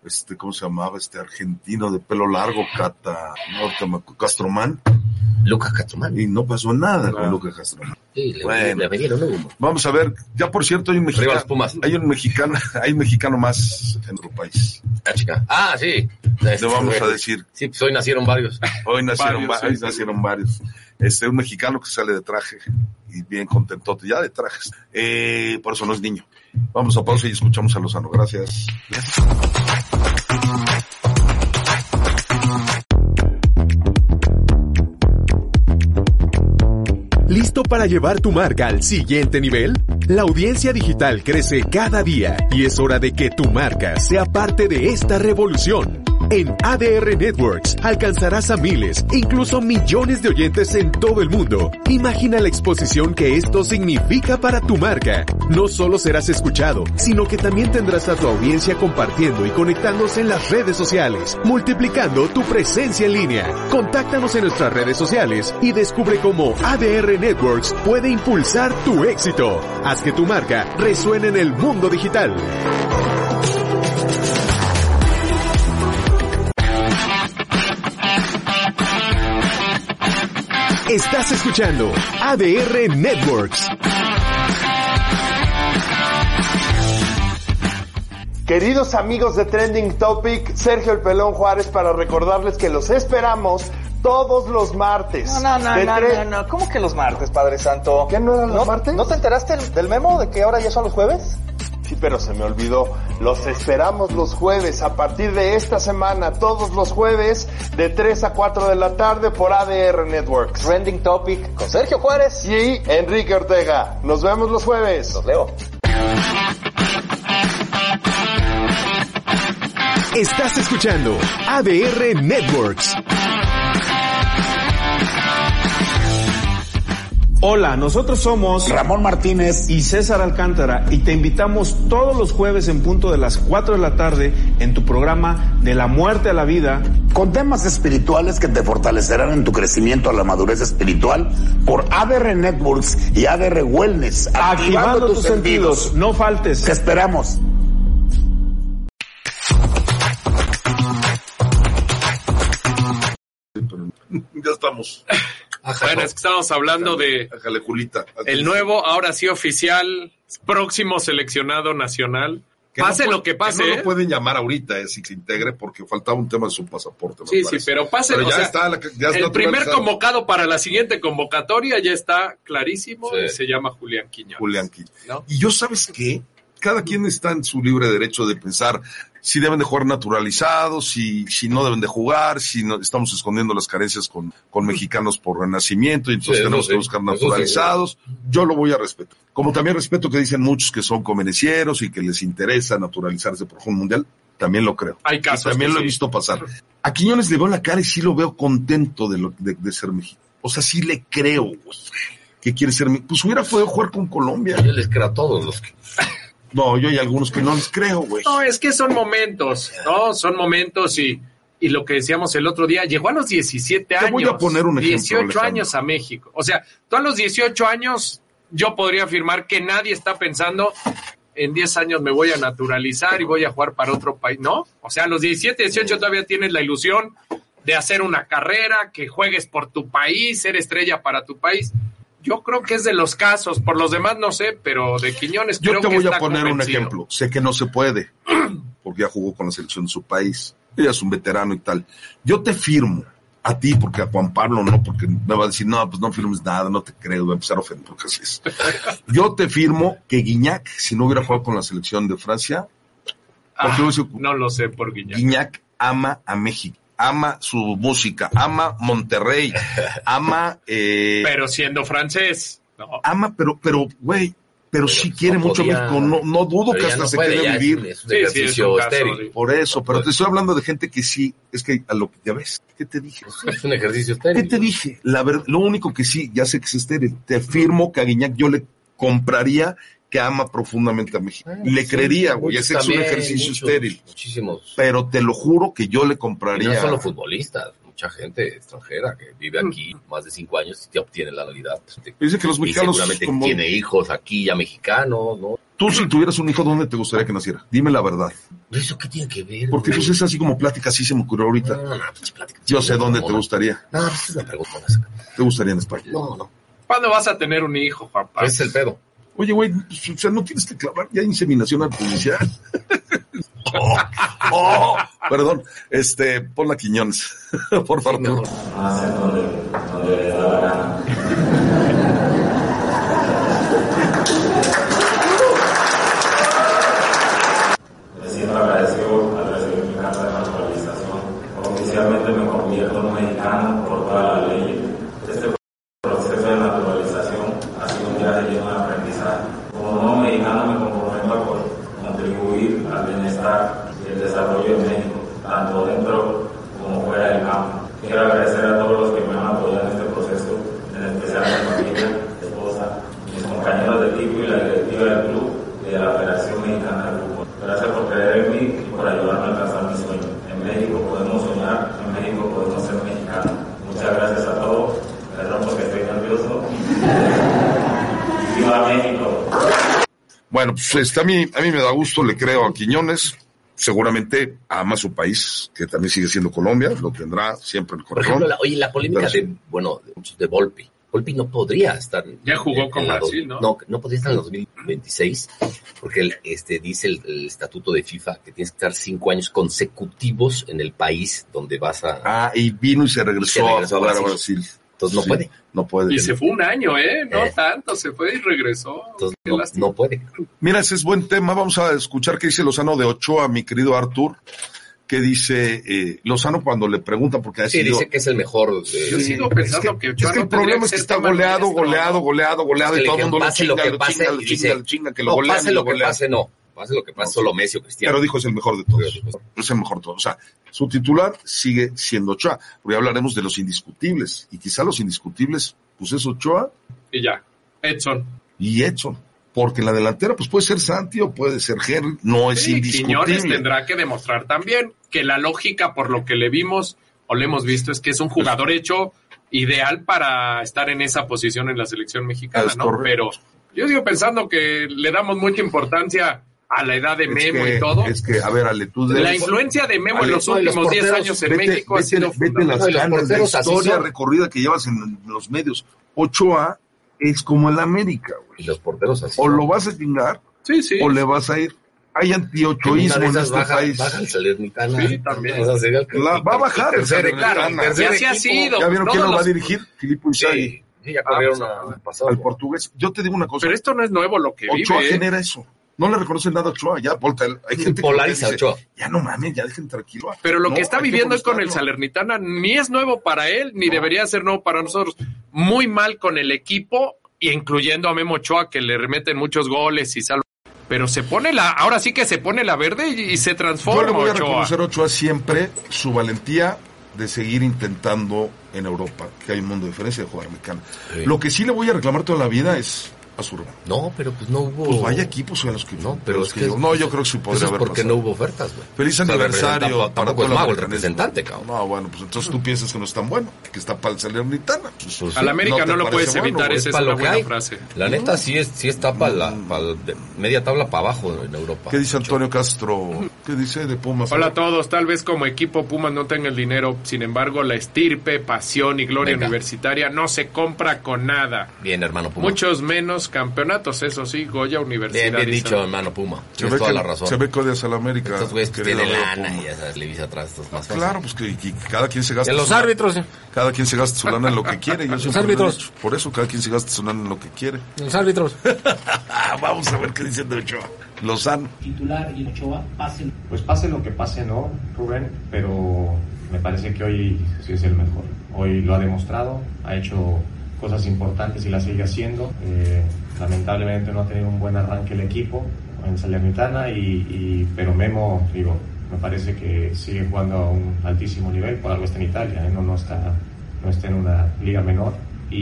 Speaker 2: este, ¿cómo se llamaba? Este argentino de pelo largo, Cata, no, Castromán,
Speaker 5: Lucas Catumán.
Speaker 2: y no pasó nada con
Speaker 5: Ah.
Speaker 3: No.
Speaker 2: Lucas Castromán.
Speaker 5: Sí, le,
Speaker 2: Bueno.
Speaker 5: le vendieron humo.
Speaker 2: Vamos a ver, ya por cierto hay un
Speaker 5: Arriba
Speaker 2: mexicano,
Speaker 5: las Pumas.
Speaker 2: hay un mexicano, hay un mexicano más en otro país.
Speaker 5: Ah, chica. Ah, sí.
Speaker 2: Le vamos a decir,
Speaker 5: Sí, pues hoy nacieron varios.
Speaker 2: hoy nacieron,
Speaker 3: Varios,
Speaker 2: va- hoy
Speaker 3: sí, sí.
Speaker 2: nacieron varios. Este, un mexicano que sale de traje y bien contentote, ya de trajes. Eh, por eso no es niño. Vamos a pausa y escuchamos a Lozano. Gracias.
Speaker 1: ¿Listo para llevar tu marca al siguiente nivel? La audiencia digital crece cada día y es hora de que tu marca sea parte de esta revolución. En ADR Networks alcanzarás a miles, incluso millones de oyentes en todo el mundo. Imagina la exposición que esto significa para tu marca. No solo serás escuchado, sino que también tendrás a tu audiencia compartiendo y conectándose en las redes sociales, multiplicando tu presencia en línea. Contáctanos en nuestras redes sociales y descubre cómo ADR Networks puede impulsar tu éxito. Haz que tu marca resuene en el mundo digital. Estás escuchando ADR Networks.
Speaker 6: Queridos amigos de Trending Topic, Sergio El Pelón Juárez para recordarles que los esperamos todos los martes.
Speaker 7: No, no, no,
Speaker 6: De
Speaker 7: no,
Speaker 6: tres-
Speaker 7: no, no. ¿Cómo que los martes, Padre Santo?
Speaker 6: ¿Qué, no eran los
Speaker 7: ¿No,
Speaker 6: martes?
Speaker 7: ¿No te enteraste del- del memo de que ahora ya son los jueves?
Speaker 6: Sí, pero se me olvidó. Los esperamos los jueves, a partir de esta semana, todos los jueves, de 3 a 4 de la tarde por ADR Networks.
Speaker 7: Trending Topic con Sergio Juárez.
Speaker 6: Y Enrique Ortega. Nos vemos los jueves.
Speaker 7: Los leo.
Speaker 1: Estás escuchando ADR Networks.
Speaker 8: Hola, nosotros somos Ramón Martínez y César Alcántara y te invitamos todos los jueves en punto de las 4 de la tarde en tu programa De la muerte a la vida.
Speaker 9: con temas espirituales que te fortalecerán en tu crecimiento a la madurez espiritual por ADR Networks y ADR Wellness.
Speaker 8: Activando, tus, sentidos. no faltes.
Speaker 9: Te esperamos.
Speaker 2: vamos.
Speaker 3: Bueno, es que estamos hablando de
Speaker 2: Ájale, culita.
Speaker 3: Eh, el nuevo, ahora sí oficial, próximo seleccionado nacional.
Speaker 2: no
Speaker 3: pase
Speaker 2: puede-
Speaker 3: lo que pase.
Speaker 2: no
Speaker 3: ¿eh?
Speaker 2: lo pueden llamar ahorita, eh, si se integre, porque faltaba un tema de su pasaporte. me
Speaker 3: Sí, sí,
Speaker 2: parece.
Speaker 3: pero pase.
Speaker 2: Pero
Speaker 3: o
Speaker 2: ya
Speaker 3: sea,
Speaker 2: está, la- ya está
Speaker 3: el primer
Speaker 2: naturalizado.
Speaker 3: convocado para la siguiente convocatoria ya está clarísimo
Speaker 5: Sí.
Speaker 3: y se llama Julián Quiñones.
Speaker 2: Julián Quiñones.
Speaker 3: ¿No?
Speaker 2: Y yo, ¿sabes qué? Cada quien está en su libre derecho de pensar si deben de jugar naturalizados, si, si no deben de jugar, si no, estamos escondiendo las carencias con, con mexicanos por nacimiento y entonces
Speaker 5: Sí, eso
Speaker 2: tenemos
Speaker 5: sí,
Speaker 2: que buscar
Speaker 5: eso sí.
Speaker 2: naturalizados. Yo lo voy a respetar. Como también respeto que dicen muchos que son convenencieros y que les interesa naturalizarse por un mundial, también lo creo.
Speaker 3: Hay
Speaker 2: Y
Speaker 3: casos.
Speaker 2: también
Speaker 3: que
Speaker 2: lo he
Speaker 3: sí.
Speaker 2: visto pasar. A Quiñones le veo la cara y sí lo veo contento de, lo- de, de ser mexicano. O sea, sí le creo, güey, que quiere ser mi- Pues hubiera podido jugar con Colombia.
Speaker 5: Yo les creo a todos los que.
Speaker 2: No, yo hay algunos que no les creo, güey.
Speaker 3: No, es que son momentos, ¿no? Son momentos y, y lo que decíamos el otro día, llegó a los 17 años.
Speaker 2: voy a poner un ejemplo,
Speaker 3: 18
Speaker 2: Alejandro.
Speaker 3: años a México. O sea, tú a los 18 años, yo podría afirmar que nadie está pensando en 10 años me voy a naturalizar y voy a jugar para otro país, ¿no? O sea, a los 17, 18 todavía tienes la ilusión de hacer una carrera, que juegues por tu país, ser estrella para tu país. Yo creo que es de los casos, por los demás no sé, pero de Quiñones
Speaker 2: yo
Speaker 3: creo
Speaker 2: te
Speaker 3: que
Speaker 2: voy a
Speaker 3: está
Speaker 2: poner un
Speaker 3: convencido.
Speaker 2: ejemplo. Sé que no se puede, porque ya jugó con la selección de su país. Ella es un veterano y tal. Yo te firmo a ti, porque a Juan Pablo no, porque me va a decir, no, pues no firmes nada, no te creo, va a empezar a ofender, porque así es. Yo te firmo que Guiñac, si no hubiera jugado con la selección de Francia,
Speaker 3: Ah,
Speaker 2: porque hubiese-
Speaker 3: no lo sé por Guiñac.
Speaker 2: Guiñac ama a México, ama su música, ama Monterrey, ama... eh,
Speaker 3: Pero siendo francés, no.
Speaker 2: ama, pero, pero, güey, pero sí quiere
Speaker 5: no
Speaker 2: mucho
Speaker 5: podía.
Speaker 2: México. No, no dudo
Speaker 5: Pero
Speaker 2: que
Speaker 5: ya
Speaker 2: hasta
Speaker 5: no
Speaker 2: se
Speaker 5: puede,
Speaker 2: quede
Speaker 5: ya
Speaker 2: a
Speaker 5: es
Speaker 2: vivir.
Speaker 5: un- Es un
Speaker 3: Sí, sí, es un
Speaker 5: ejercicio
Speaker 3: caso,
Speaker 5: estéril.
Speaker 3: sí.
Speaker 2: Por eso,
Speaker 5: No
Speaker 2: pero
Speaker 5: puede.
Speaker 2: te estoy hablando de gente que sí, es que a lo que ya ves, ¿qué te dije?
Speaker 5: Es un ejercicio
Speaker 2: ¿Qué
Speaker 5: estéril.
Speaker 2: te dije? La verdad, lo único que sí, ya sé que es estéril, te afirmo que a Guiñac yo le compraría que ama profundamente a México.
Speaker 5: Ah,
Speaker 2: le
Speaker 5: sí,
Speaker 2: creería, güey, ya
Speaker 5: muchos
Speaker 2: sé que es un
Speaker 5: también,
Speaker 2: ejercicio
Speaker 5: muchos,
Speaker 2: estéril.
Speaker 5: Muchísimos.
Speaker 2: Pero te lo juro que yo le
Speaker 5: Y
Speaker 2: compraría.
Speaker 5: no solo futbolistas, mucha gente extranjera que vive aquí más de cinco años y ya obtiene la realidad.
Speaker 2: Mm.
Speaker 5: pues,
Speaker 2: Dice que los
Speaker 5: Y
Speaker 2: mexicanos,
Speaker 5: seguramente
Speaker 2: como-
Speaker 5: tiene hijos aquí ya mexicanos, ¿no?
Speaker 2: tú si tuvieras un hijo, ¿dónde te gustaría que naciera? Dime la verdad.
Speaker 5: Pero ¿Eso qué tiene que ver?
Speaker 2: Porque
Speaker 5: güey?
Speaker 2: pues es así como plática, así se me ocurrió
Speaker 5: No,
Speaker 2: ahorita.
Speaker 5: no, no, pues, plática.
Speaker 2: Mm. Yo sé dónde te
Speaker 5: No,
Speaker 2: gustaría.
Speaker 5: No, pues, es una pregunta. no sé.
Speaker 2: ¿Te gustaría en España?
Speaker 5: No, no.
Speaker 3: ¿Cuándo vas a tener un hijo, Juan Pablo?
Speaker 5: Ese es el pedo.
Speaker 2: Oye, güey, pues, o sea, no tienes que clavar ya inseminación artificial. Oh, oh, perdón, este, pon la Quiñones, por favor.
Speaker 10: Siempre agradecido a recibir mi carta de naturalización. Oficialmente me convierto en mexicano por toda la ley. Este proceso de naturalización ha sido un viaje lleno de aprendizaje. Como nuevo mexicano me comprometo a co- contribuir al bienestar y el desarrollo de México, tanto dentro como fuera del campo. Quiero agradecer a todos los que me han apoyado en este proceso, en especial a mi familia, esposa, mis compañeros de equipo y la directiva del club y de la Federación Mexicana de Fútbol. Gracias por creer en mí y por ayudarme a alcanzar mi sueño. En México podemos soñar, en México podemos ser mexicanos. Muchas gracias a todos. Perdón porque estoy nervioso. ¡Viva México!
Speaker 2: Bueno, pues este, a, mí, a mí me da gusto, le creo a Quiñones. Seguramente ama su país, que también sigue siendo Colombia, lo tendrá siempre en el
Speaker 5: Por ejemplo,
Speaker 2: corazón.
Speaker 5: la, oye, la polémica
Speaker 2: Brasil.
Speaker 5: de, bueno, de muchos de Volpi. Volpi no podría estar.
Speaker 3: Ya jugó
Speaker 5: en
Speaker 3: con
Speaker 5: la dos-
Speaker 3: Brasil, ¿no?
Speaker 5: No, no podría estar en el 2026, porque el- este, dice el, el estatuto de FIFA que tienes que estar cinco años consecutivos en el país donde vas a.
Speaker 2: Ah, y vino y se regresó,
Speaker 5: Y se regresó
Speaker 2: a
Speaker 5: a
Speaker 2: jugar a
Speaker 5: Brasil.
Speaker 2: Brasil.
Speaker 5: entonces no
Speaker 2: Sí,
Speaker 5: puede.
Speaker 2: No puede.
Speaker 3: Y se fue un año, ¿eh? No
Speaker 5: Eh.
Speaker 3: tanto, se fue y regresó.
Speaker 5: Entonces
Speaker 3: Qué
Speaker 5: no,
Speaker 3: lástima.
Speaker 5: no puede.
Speaker 2: Mira, ese es buen tema. Vamos a escuchar qué dice Lozano de Ochoa, mi querido Artur, que dice eh, Lozano cuando le pregunta, porque ha
Speaker 5: Sí,
Speaker 2: sido...
Speaker 5: dice que es el mejor. eh,
Speaker 3: Yo sigo pensando que,
Speaker 2: Es que el problema es que está goleado, goleado, goleado, goleado,
Speaker 5: Es que
Speaker 2: y
Speaker 5: le
Speaker 2: todo el
Speaker 5: dijeron,
Speaker 2: mundo lo
Speaker 5: pase lo
Speaker 2: chinga,
Speaker 5: que
Speaker 2: lo
Speaker 5: pase,
Speaker 2: chinga, lo
Speaker 5: y
Speaker 2: chinga,
Speaker 5: dice,
Speaker 2: lo chinga, que lo
Speaker 5: no,
Speaker 2: golean,
Speaker 5: pase
Speaker 2: y
Speaker 5: lo que
Speaker 2: golean.
Speaker 5: pase, no. Pase lo que pase, solo Messi o Cristiano.
Speaker 2: Pero dijo es el mejor de todos.
Speaker 5: pues,
Speaker 2: Es el mejor de todos. O sea, su titular sigue siendo Ochoa. Hoy hablaremos de los indiscutibles. Y quizá los indiscutibles, pues es Ochoa
Speaker 3: Y ya. Edson.
Speaker 2: y Edson. Porque en la delantera, pues puede ser Santi o puede ser Henry. No es
Speaker 3: Sí, Quiñones
Speaker 2: indiscutible.
Speaker 3: tendrá que demostrar también que la lógica, por lo que le vimos o le hemos visto, es que es un jugador hecho ideal para estar en esa posición en la selección mexicana,
Speaker 2: Es
Speaker 3: ¿no?
Speaker 2: correcto.
Speaker 3: Pero yo sigo pensando que le damos mucha importancia a la edad de
Speaker 2: Es
Speaker 3: Memo
Speaker 2: que-
Speaker 3: y todo.
Speaker 2: Es que, a ver, Ale, tú
Speaker 3: la
Speaker 2: debes-
Speaker 3: influencia de Memo en
Speaker 2: Ale,
Speaker 3: los
Speaker 2: no, y
Speaker 3: últimos 10
Speaker 2: porteros,
Speaker 3: años en
Speaker 2: vete-
Speaker 3: México ha
Speaker 2: vete-
Speaker 3: sido
Speaker 2: Vete las
Speaker 3: fundamental.
Speaker 2: canas de historia recorrida que llevas en los medios. Ochoa es como el América, güey.
Speaker 5: Y los porteros así.
Speaker 2: O lo vas a chingar, o le vas a ir. Hay
Speaker 5: Una
Speaker 2: anti-ochoísmo
Speaker 5: de
Speaker 2: en
Speaker 5: esas
Speaker 2: este
Speaker 5: baja-
Speaker 2: país.
Speaker 5: baja el Salernitana.
Speaker 2: Sí, también.
Speaker 5: O sea, sería el-
Speaker 2: La- va a bajar el
Speaker 5: Tercer,
Speaker 2: Salernitana.
Speaker 5: claro, tercer
Speaker 2: Y así ha
Speaker 5: equipo.
Speaker 2: sido. ¿Ya vieron quién lo va a dirigir? Filippo Inzaghi.
Speaker 5: Sí, ya
Speaker 2: Ah,
Speaker 5: corrieron
Speaker 2: pues,
Speaker 5: a-
Speaker 2: al portugués. Yo te digo una cosa.
Speaker 3: Pero esto no es nuevo lo que
Speaker 2: Ochoa
Speaker 3: vive. ¿eh?
Speaker 2: genera eso. No le reconocen nada a Ochoa. Ya, volta. Hay gente
Speaker 3: Polariza
Speaker 2: que dice,
Speaker 3: Ochoa.
Speaker 2: Ya no mames, ya dejen tranquilo.
Speaker 3: Pero lo
Speaker 2: No,
Speaker 3: que está
Speaker 2: hay
Speaker 3: viviendo es con el
Speaker 2: molestarlo.
Speaker 3: Salernitana ni es nuevo para él, ni debería ser nuevo para nosotros. Muy mal con el equipo, y incluyendo a Memo Ochoa, que le remeten muchos goles y salva. Pero se pone la, ahora sí que se pone la verde y, y se
Speaker 2: Yo le
Speaker 3: transforma
Speaker 2: voy a
Speaker 3: Ochoa.
Speaker 2: reconocer a Ochoa siempre su valentía de seguir intentando en Europa, que hay un mundo de diferencia de jugar mexicana.
Speaker 5: Sí.
Speaker 2: Lo que sí le voy a reclamar toda la vida es a su
Speaker 5: No, pero pues no hubo.
Speaker 2: Pues vaya equipos a los que
Speaker 5: No,
Speaker 2: a
Speaker 5: pero
Speaker 2: los
Speaker 5: es
Speaker 2: que
Speaker 5: que.
Speaker 2: yo- no, yo creo que sí podría
Speaker 5: eso es
Speaker 2: haber
Speaker 5: porque
Speaker 2: pasado.
Speaker 5: no hubo ofertas, güey.
Speaker 2: Feliz
Speaker 5: O sea,
Speaker 2: aniversario
Speaker 5: tampoco-
Speaker 2: para
Speaker 5: Tampoco es
Speaker 2: toda la
Speaker 5: mago el
Speaker 2: América.
Speaker 5: representante, cabrón.
Speaker 2: No, bueno, pues entonces tú piensas que no es tan bueno, que está para el Salernitana.
Speaker 5: Pues
Speaker 3: Al
Speaker 5: sí.
Speaker 3: América no
Speaker 2: te
Speaker 3: lo
Speaker 2: parece
Speaker 3: puedes
Speaker 2: bueno,
Speaker 3: evitar,
Speaker 2: güey.
Speaker 3: ese es
Speaker 5: Pa'
Speaker 3: una
Speaker 5: Pues lo que
Speaker 3: buena
Speaker 5: hay.
Speaker 3: frase. Mm.
Speaker 5: La neta sí, es, sí está para la, pa' la- de media tabla para abajo en Europa.
Speaker 2: ¿Qué dice Antonio Castro? ¿Qué dice de Pumas?
Speaker 3: Hola a todos, tal vez como equipo Pumas no tenga el dinero, sin embargo la estirpe, pasión y gloria
Speaker 5: Venga.
Speaker 3: universitaria no se compra con nada.
Speaker 5: Bien, hermano Puma.
Speaker 3: Muchos menos campeonatos, eso sí, Goya Universidad.
Speaker 5: bien, bien
Speaker 3: dice.
Speaker 5: dicho, hermano Puma.
Speaker 2: Se
Speaker 5: Tienes
Speaker 2: ve,
Speaker 5: toda
Speaker 2: que,
Speaker 5: la razón.
Speaker 2: se ve que odias a la América.
Speaker 5: Estos güeyes que
Speaker 2: querido
Speaker 5: tienen
Speaker 2: amigo
Speaker 5: lana
Speaker 2: Puma.
Speaker 5: y ya sabes, le visa atrás, esto es más fácil.
Speaker 2: Claro, pues que, que cada quien se gasta.
Speaker 5: Y a los
Speaker 2: su lana.
Speaker 5: árbitros, ¿eh?
Speaker 2: Cada quien se gasta su lana en lo que quiere. Yo siempre lo he
Speaker 5: árbitros.
Speaker 2: dicho. Por eso cada quien se gasta su lana en lo que quiere.
Speaker 5: Los árbitros.
Speaker 2: Ah, vamos a ver qué dicen de Ochoa. Lozano.
Speaker 11: titular y Ochoa pasen.
Speaker 12: Pues pase lo que pase, ¿no, Rubén? Pero me parece que hoy sí es el mejor. Hoy lo ha demostrado, ha hecho cosas importantes y las sigue haciendo. Eh, lamentablemente no ha tenido un buen arranque el equipo en Salernitana, y, y- pero Memo, digo, me parece que sigue jugando a un altísimo nivel, por algo está en Italia, ¿eh? no, no, está, no está en una liga menor,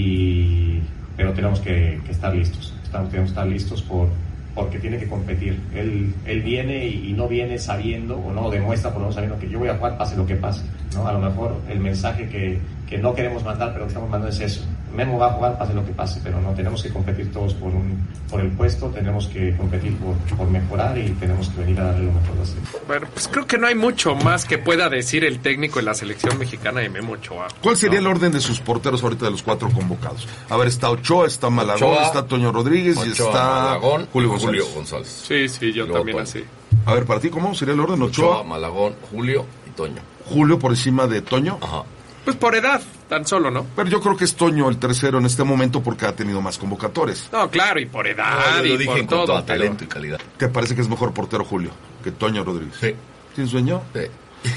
Speaker 12: y, pero tenemos que, que estar listos, estamos, tenemos que estar listos por, porque tiene que competir. Él, él viene y, y no viene sabiendo, o no demuestra por lo menos sabiendo que yo voy a jugar pase lo que pase. ¿no? A lo mejor el mensaje que, que no queremos mandar, pero que estamos mandando es eso. Memo va a jugar pase lo que pase, pero no, tenemos que competir todos por, un, por el puesto, tenemos que competir por, por mejorar y tenemos que venir a darle lo mejor de nosotros.
Speaker 3: Bueno, pues creo que no hay mucho más que pueda decir el técnico de la selección mexicana de Memo Ochoa.
Speaker 2: ¿Cuál sería el orden de sus porteros ahorita de los cuatro convocados? A ver, está Ochoa, está Malagón,
Speaker 5: Ochoa,
Speaker 2: está Toño Rodríguez y
Speaker 5: Ochoa,
Speaker 2: está
Speaker 5: Malagón,
Speaker 2: Julio González.
Speaker 3: Sí, sí, yo
Speaker 5: Luego
Speaker 3: también
Speaker 5: Toño.
Speaker 3: así.
Speaker 2: A ver, para ti, ¿cómo sería el orden? Ochoa,
Speaker 5: Ochoa, Malagón, Julio y Toño.
Speaker 2: Julio por encima de Toño.
Speaker 3: Pues por edad, tan solo, ¿no?
Speaker 2: Pero yo creo que es Toño el tercero en este momento porque ha tenido más convocatorias.
Speaker 3: No, claro, y por edad
Speaker 5: No, yo
Speaker 3: Ah, y
Speaker 5: lo dije
Speaker 3: por
Speaker 5: en
Speaker 3: todo.
Speaker 5: cuanto a
Speaker 3: pero-
Speaker 5: talento y calidad.
Speaker 2: ¿Te parece que es mejor portero Julio que Toño Rodríguez? Sí. ¿Tienes sueño?
Speaker 5: Sí.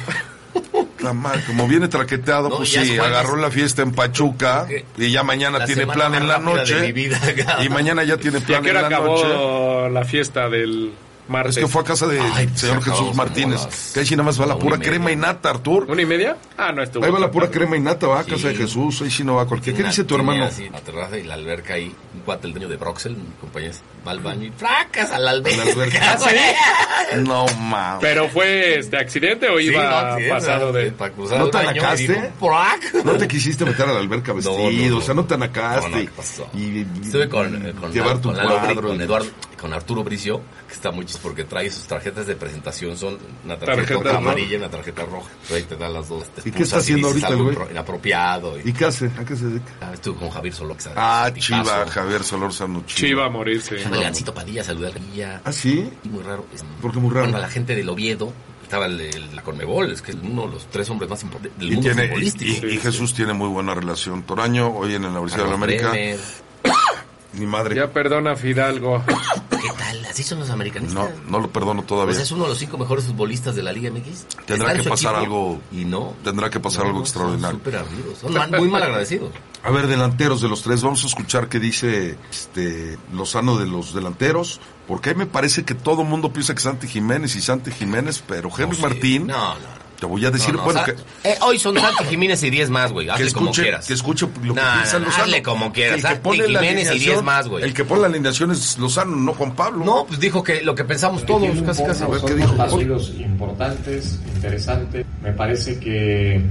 Speaker 2: La madre, como viene traqueteado,
Speaker 5: No,
Speaker 2: pues
Speaker 5: ya
Speaker 2: sí,
Speaker 5: es jueves.
Speaker 2: agarró la fiesta en Pachuca
Speaker 5: Creo que
Speaker 2: y ya mañana
Speaker 5: la
Speaker 2: tiene
Speaker 5: semana
Speaker 2: plan
Speaker 5: más
Speaker 2: en la
Speaker 5: rápida de
Speaker 2: noche.
Speaker 5: mi vida,
Speaker 2: y mañana ya tiene
Speaker 3: ¿Y a
Speaker 2: plan Ah,
Speaker 3: qué
Speaker 2: en
Speaker 3: hora
Speaker 2: la noche.
Speaker 3: acabó la fiesta del martes?
Speaker 2: Es que fue a casa del
Speaker 3: Ay,
Speaker 2: señor
Speaker 3: se acabó
Speaker 2: Jesús
Speaker 3: como
Speaker 2: Martínez.
Speaker 3: a las-
Speaker 2: Que ahí sí nada más va la
Speaker 3: una
Speaker 2: pura
Speaker 3: y media.
Speaker 2: crema y nata, Artur.
Speaker 3: ¿Una y media? Ah, no, estuvo.
Speaker 2: Ahí va la
Speaker 3: tan
Speaker 2: pura
Speaker 3: tarde.
Speaker 2: crema y nata, va a casa
Speaker 5: Sí.
Speaker 2: de Jesús, ahí sí no va cualquier. ¿Qué
Speaker 5: Una
Speaker 2: dice tu
Speaker 5: tiene
Speaker 2: hermano?
Speaker 5: así, la terraza y la alberca ahí. Un cuate, el dueño de Broxel, mi compañero, va al baño y ¡fracas! A la alberca.
Speaker 2: alberca.
Speaker 5: güey.
Speaker 2: No mames.
Speaker 3: ¿Pero fue este accidente o
Speaker 5: Sí, no,
Speaker 3: iba
Speaker 5: accidente,
Speaker 3: pasado de.?
Speaker 5: para cruzar
Speaker 2: ¿No
Speaker 5: al
Speaker 2: te
Speaker 5: baño y digo,
Speaker 2: anacaste?
Speaker 5: ¡frac!
Speaker 2: ¿No te quisiste meter a la alberca vestido?
Speaker 5: no, no.
Speaker 2: O sea, ¿no te
Speaker 5: No, no,
Speaker 2: anacaste?
Speaker 5: ¿qué pasó?
Speaker 2: Y, y-
Speaker 5: Estuve con, eh, con,
Speaker 2: llevar tu
Speaker 5: con Lalo Bri-
Speaker 2: cuadro.
Speaker 5: con Eduardo, con Arturo Bricio, que está muy chistoso porque trae sus tarjetas de presentación, son una tarjeta
Speaker 2: Tarjeta roja.
Speaker 5: amarilla y una tarjeta roja. Entonces ahí te dan las dos. te
Speaker 2: ¿Y qué está
Speaker 5: expulsas y
Speaker 2: haciendo
Speaker 5: dices
Speaker 2: ahorita el
Speaker 5: algo
Speaker 2: güey?
Speaker 5: Inapropiado. Y,
Speaker 2: ¿Y qué hace? ¿A qué se dedica?
Speaker 5: Ah, estuve con Javier Solórzano.
Speaker 2: Ah,
Speaker 5: tipazo.
Speaker 2: Chiva, Javier Solórzano
Speaker 3: Chiva a morirse.
Speaker 5: Estaba Leancito Padilla, saludé al guía.
Speaker 2: ¿Ah, sí?
Speaker 5: Y Muy raro. es-
Speaker 2: Porque muy raro.
Speaker 5: Bueno, a la gente del Oviedo. Estaba el, el- la Conmebol, es que es uno de los tres hombres más importantes del
Speaker 2: Y,
Speaker 5: mundo
Speaker 2: tiene, y,
Speaker 5: futbolístico.
Speaker 2: y- y Jesús tiene muy buena relación. Toraño, hoy en la Universidad de la
Speaker 5: Carlos
Speaker 2: América.
Speaker 5: Bremer.
Speaker 2: Ni madre.
Speaker 3: Ya perdona Fidalgo.
Speaker 5: ¿Qué tal? Así son los americanistas.
Speaker 2: No, no lo perdono todavía.
Speaker 5: Pues es uno de los cinco mejores futbolistas de la Liga MX. Está
Speaker 2: Tendrá
Speaker 5: en
Speaker 2: que
Speaker 5: su
Speaker 2: pasar
Speaker 5: equipo.
Speaker 2: algo.
Speaker 5: Y no.
Speaker 2: Tendrá que pasar algo
Speaker 5: No,
Speaker 2: extraordinario.
Speaker 5: Son súper ardidos. Son mal- muy mal agradecidos.
Speaker 2: A ver, delanteros de los tres, vamos a escuchar qué dice este Lozano de los delanteros, porque ahí me parece que todo mundo piensa que Santi Jiménez y Santi Jiménez, pero Henry
Speaker 5: sí.
Speaker 2: Martín,
Speaker 5: No, no, no.
Speaker 2: te voy a decir,
Speaker 5: No, no,
Speaker 2: bueno,
Speaker 5: o sea,
Speaker 2: que,
Speaker 5: eh, hoy son Santi Jiménez y 10 más, güey.
Speaker 2: que
Speaker 5: Hazle como
Speaker 2: escuche,
Speaker 5: quieras.
Speaker 2: que escuche lo que
Speaker 5: No,
Speaker 2: piensa
Speaker 5: no,
Speaker 2: Lozano.
Speaker 5: hazle como quieras.
Speaker 2: El que
Speaker 5: Santi
Speaker 2: pone la
Speaker 5: Jiménez y
Speaker 2: alineación-
Speaker 5: 10 más, güey.
Speaker 2: El que pone la alineación es Lozano, no Juan Pablo.
Speaker 5: No, pues dijo que lo que pensamos todos, casi, casi.
Speaker 2: A ver, ¿qué
Speaker 12: Son
Speaker 2: dijo?
Speaker 12: dos partidos importantes, interesantes. Me parece que,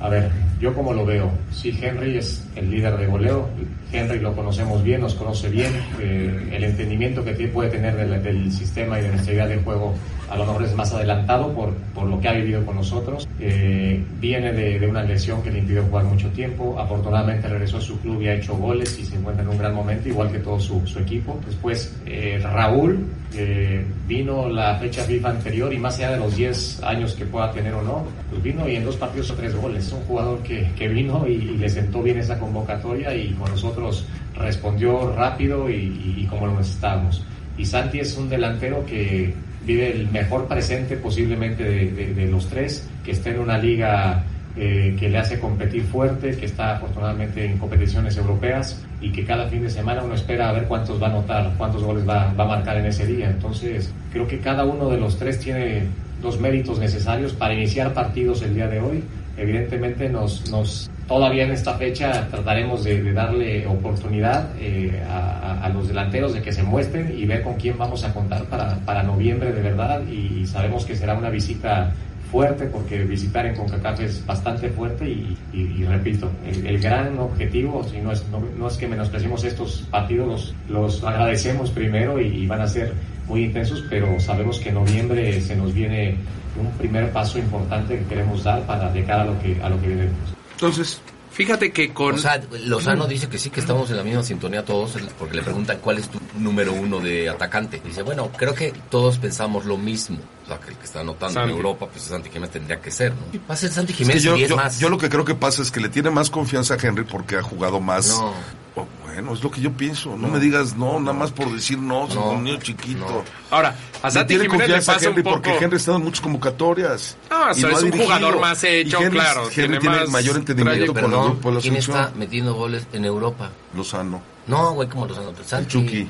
Speaker 12: a ver, Yo como lo veo, sí, Henry es el líder de goleo, Henry lo conocemos bien, nos conoce bien, eh, el entendimiento que tiene- puede tener del, del sistema y de nuestra idea de juego a lo mejor es más adelantado por, por lo que ha vivido con nosotros. Eh, viene de, de una lesión que le impidió jugar mucho tiempo, afortunadamente regresó a su club y ha hecho goles y se encuentra en un gran momento, igual que todo su, su equipo. Después eh, Raúl eh, vino la fecha FIFA anterior y más allá de los 10 años que pueda tener o no, pues vino y en dos partidos o tres goles. Es un jugador que, que vino y, y le sentó bien esa convocatoria y con nosotros respondió rápido y, y- y como lo necesitábamos. Y Santi es un delantero que vive el mejor presente posiblemente de, de- de los tres, que está en una liga eh, que le hace competir fuerte, que está afortunadamente en competiciones europeas y que cada fin de semana uno espera a ver cuántos va a anotar, cuántos goles va, va a marcar en ese día. Entonces, creo que cada uno de los tres tiene los méritos necesarios para iniciar partidos el día de hoy. Evidentemente, nos, nos todavía en esta fecha trataremos de, de darle oportunidad eh, a, a- a los delanteros de que se muestren y ver con quién vamos a contar para, para noviembre de verdad. Y, sabemos que será una visita fuerte porque visitar en CONCACAF es bastante fuerte y, y- y repito, el, el gran objetivo, si no, es, no, no es que menospreciemos estos partidos, los, los agradecemos primero y, y van a ser muy intensos, pero sabemos que en noviembre se nos viene un primer paso importante que queremos dar para de cara a lo que, a lo que viene.
Speaker 5: Entonces, fíjate que con... O sea, Lozano dice que sí, que estamos en la misma sintonía todos, porque le preguntan cuál es tu número uno de atacante. Dice, bueno, creo que todos pensamos lo mismo. O sea, que el que está anotando
Speaker 2: Santi.
Speaker 5: en Europa, pues Santi Jiménez tendría que ser, ¿no? Va a ser Santi
Speaker 2: Es que
Speaker 5: Jiménez
Speaker 2: yo,
Speaker 5: y es
Speaker 2: yo-
Speaker 5: más.
Speaker 2: yo lo que creo que pasa es que le tiene más confianza a Henry porque ha jugado más.
Speaker 5: No.
Speaker 2: Oh, bueno, es lo que yo pienso. No, me digas no, nada más por decir no, soy un niño chiquito.
Speaker 3: Ahora, a
Speaker 2: Le
Speaker 3: Santi
Speaker 2: tiene
Speaker 3: Jiménez le
Speaker 2: confianza
Speaker 3: pasa
Speaker 2: a
Speaker 3: un
Speaker 2: Henry
Speaker 3: poco-
Speaker 2: porque Henry ha estado en muchas convocatorias.
Speaker 3: Ah, o
Speaker 2: Y
Speaker 3: sea,
Speaker 2: lo
Speaker 3: es
Speaker 2: ha
Speaker 3: un
Speaker 2: dirigido.
Speaker 3: jugador más hecho,
Speaker 2: Y Henry-
Speaker 3: claro,
Speaker 2: Henry
Speaker 3: tiene
Speaker 2: tiene,
Speaker 3: más
Speaker 2: mayor entendimiento
Speaker 5: Oye,
Speaker 2: con el
Speaker 5: perdón,
Speaker 2: grupo de la
Speaker 5: ¿Quién
Speaker 2: selección.
Speaker 5: está metiendo goles en Europa?
Speaker 2: Lozano.
Speaker 5: No, güey, como Lozano. Santi. Chucky.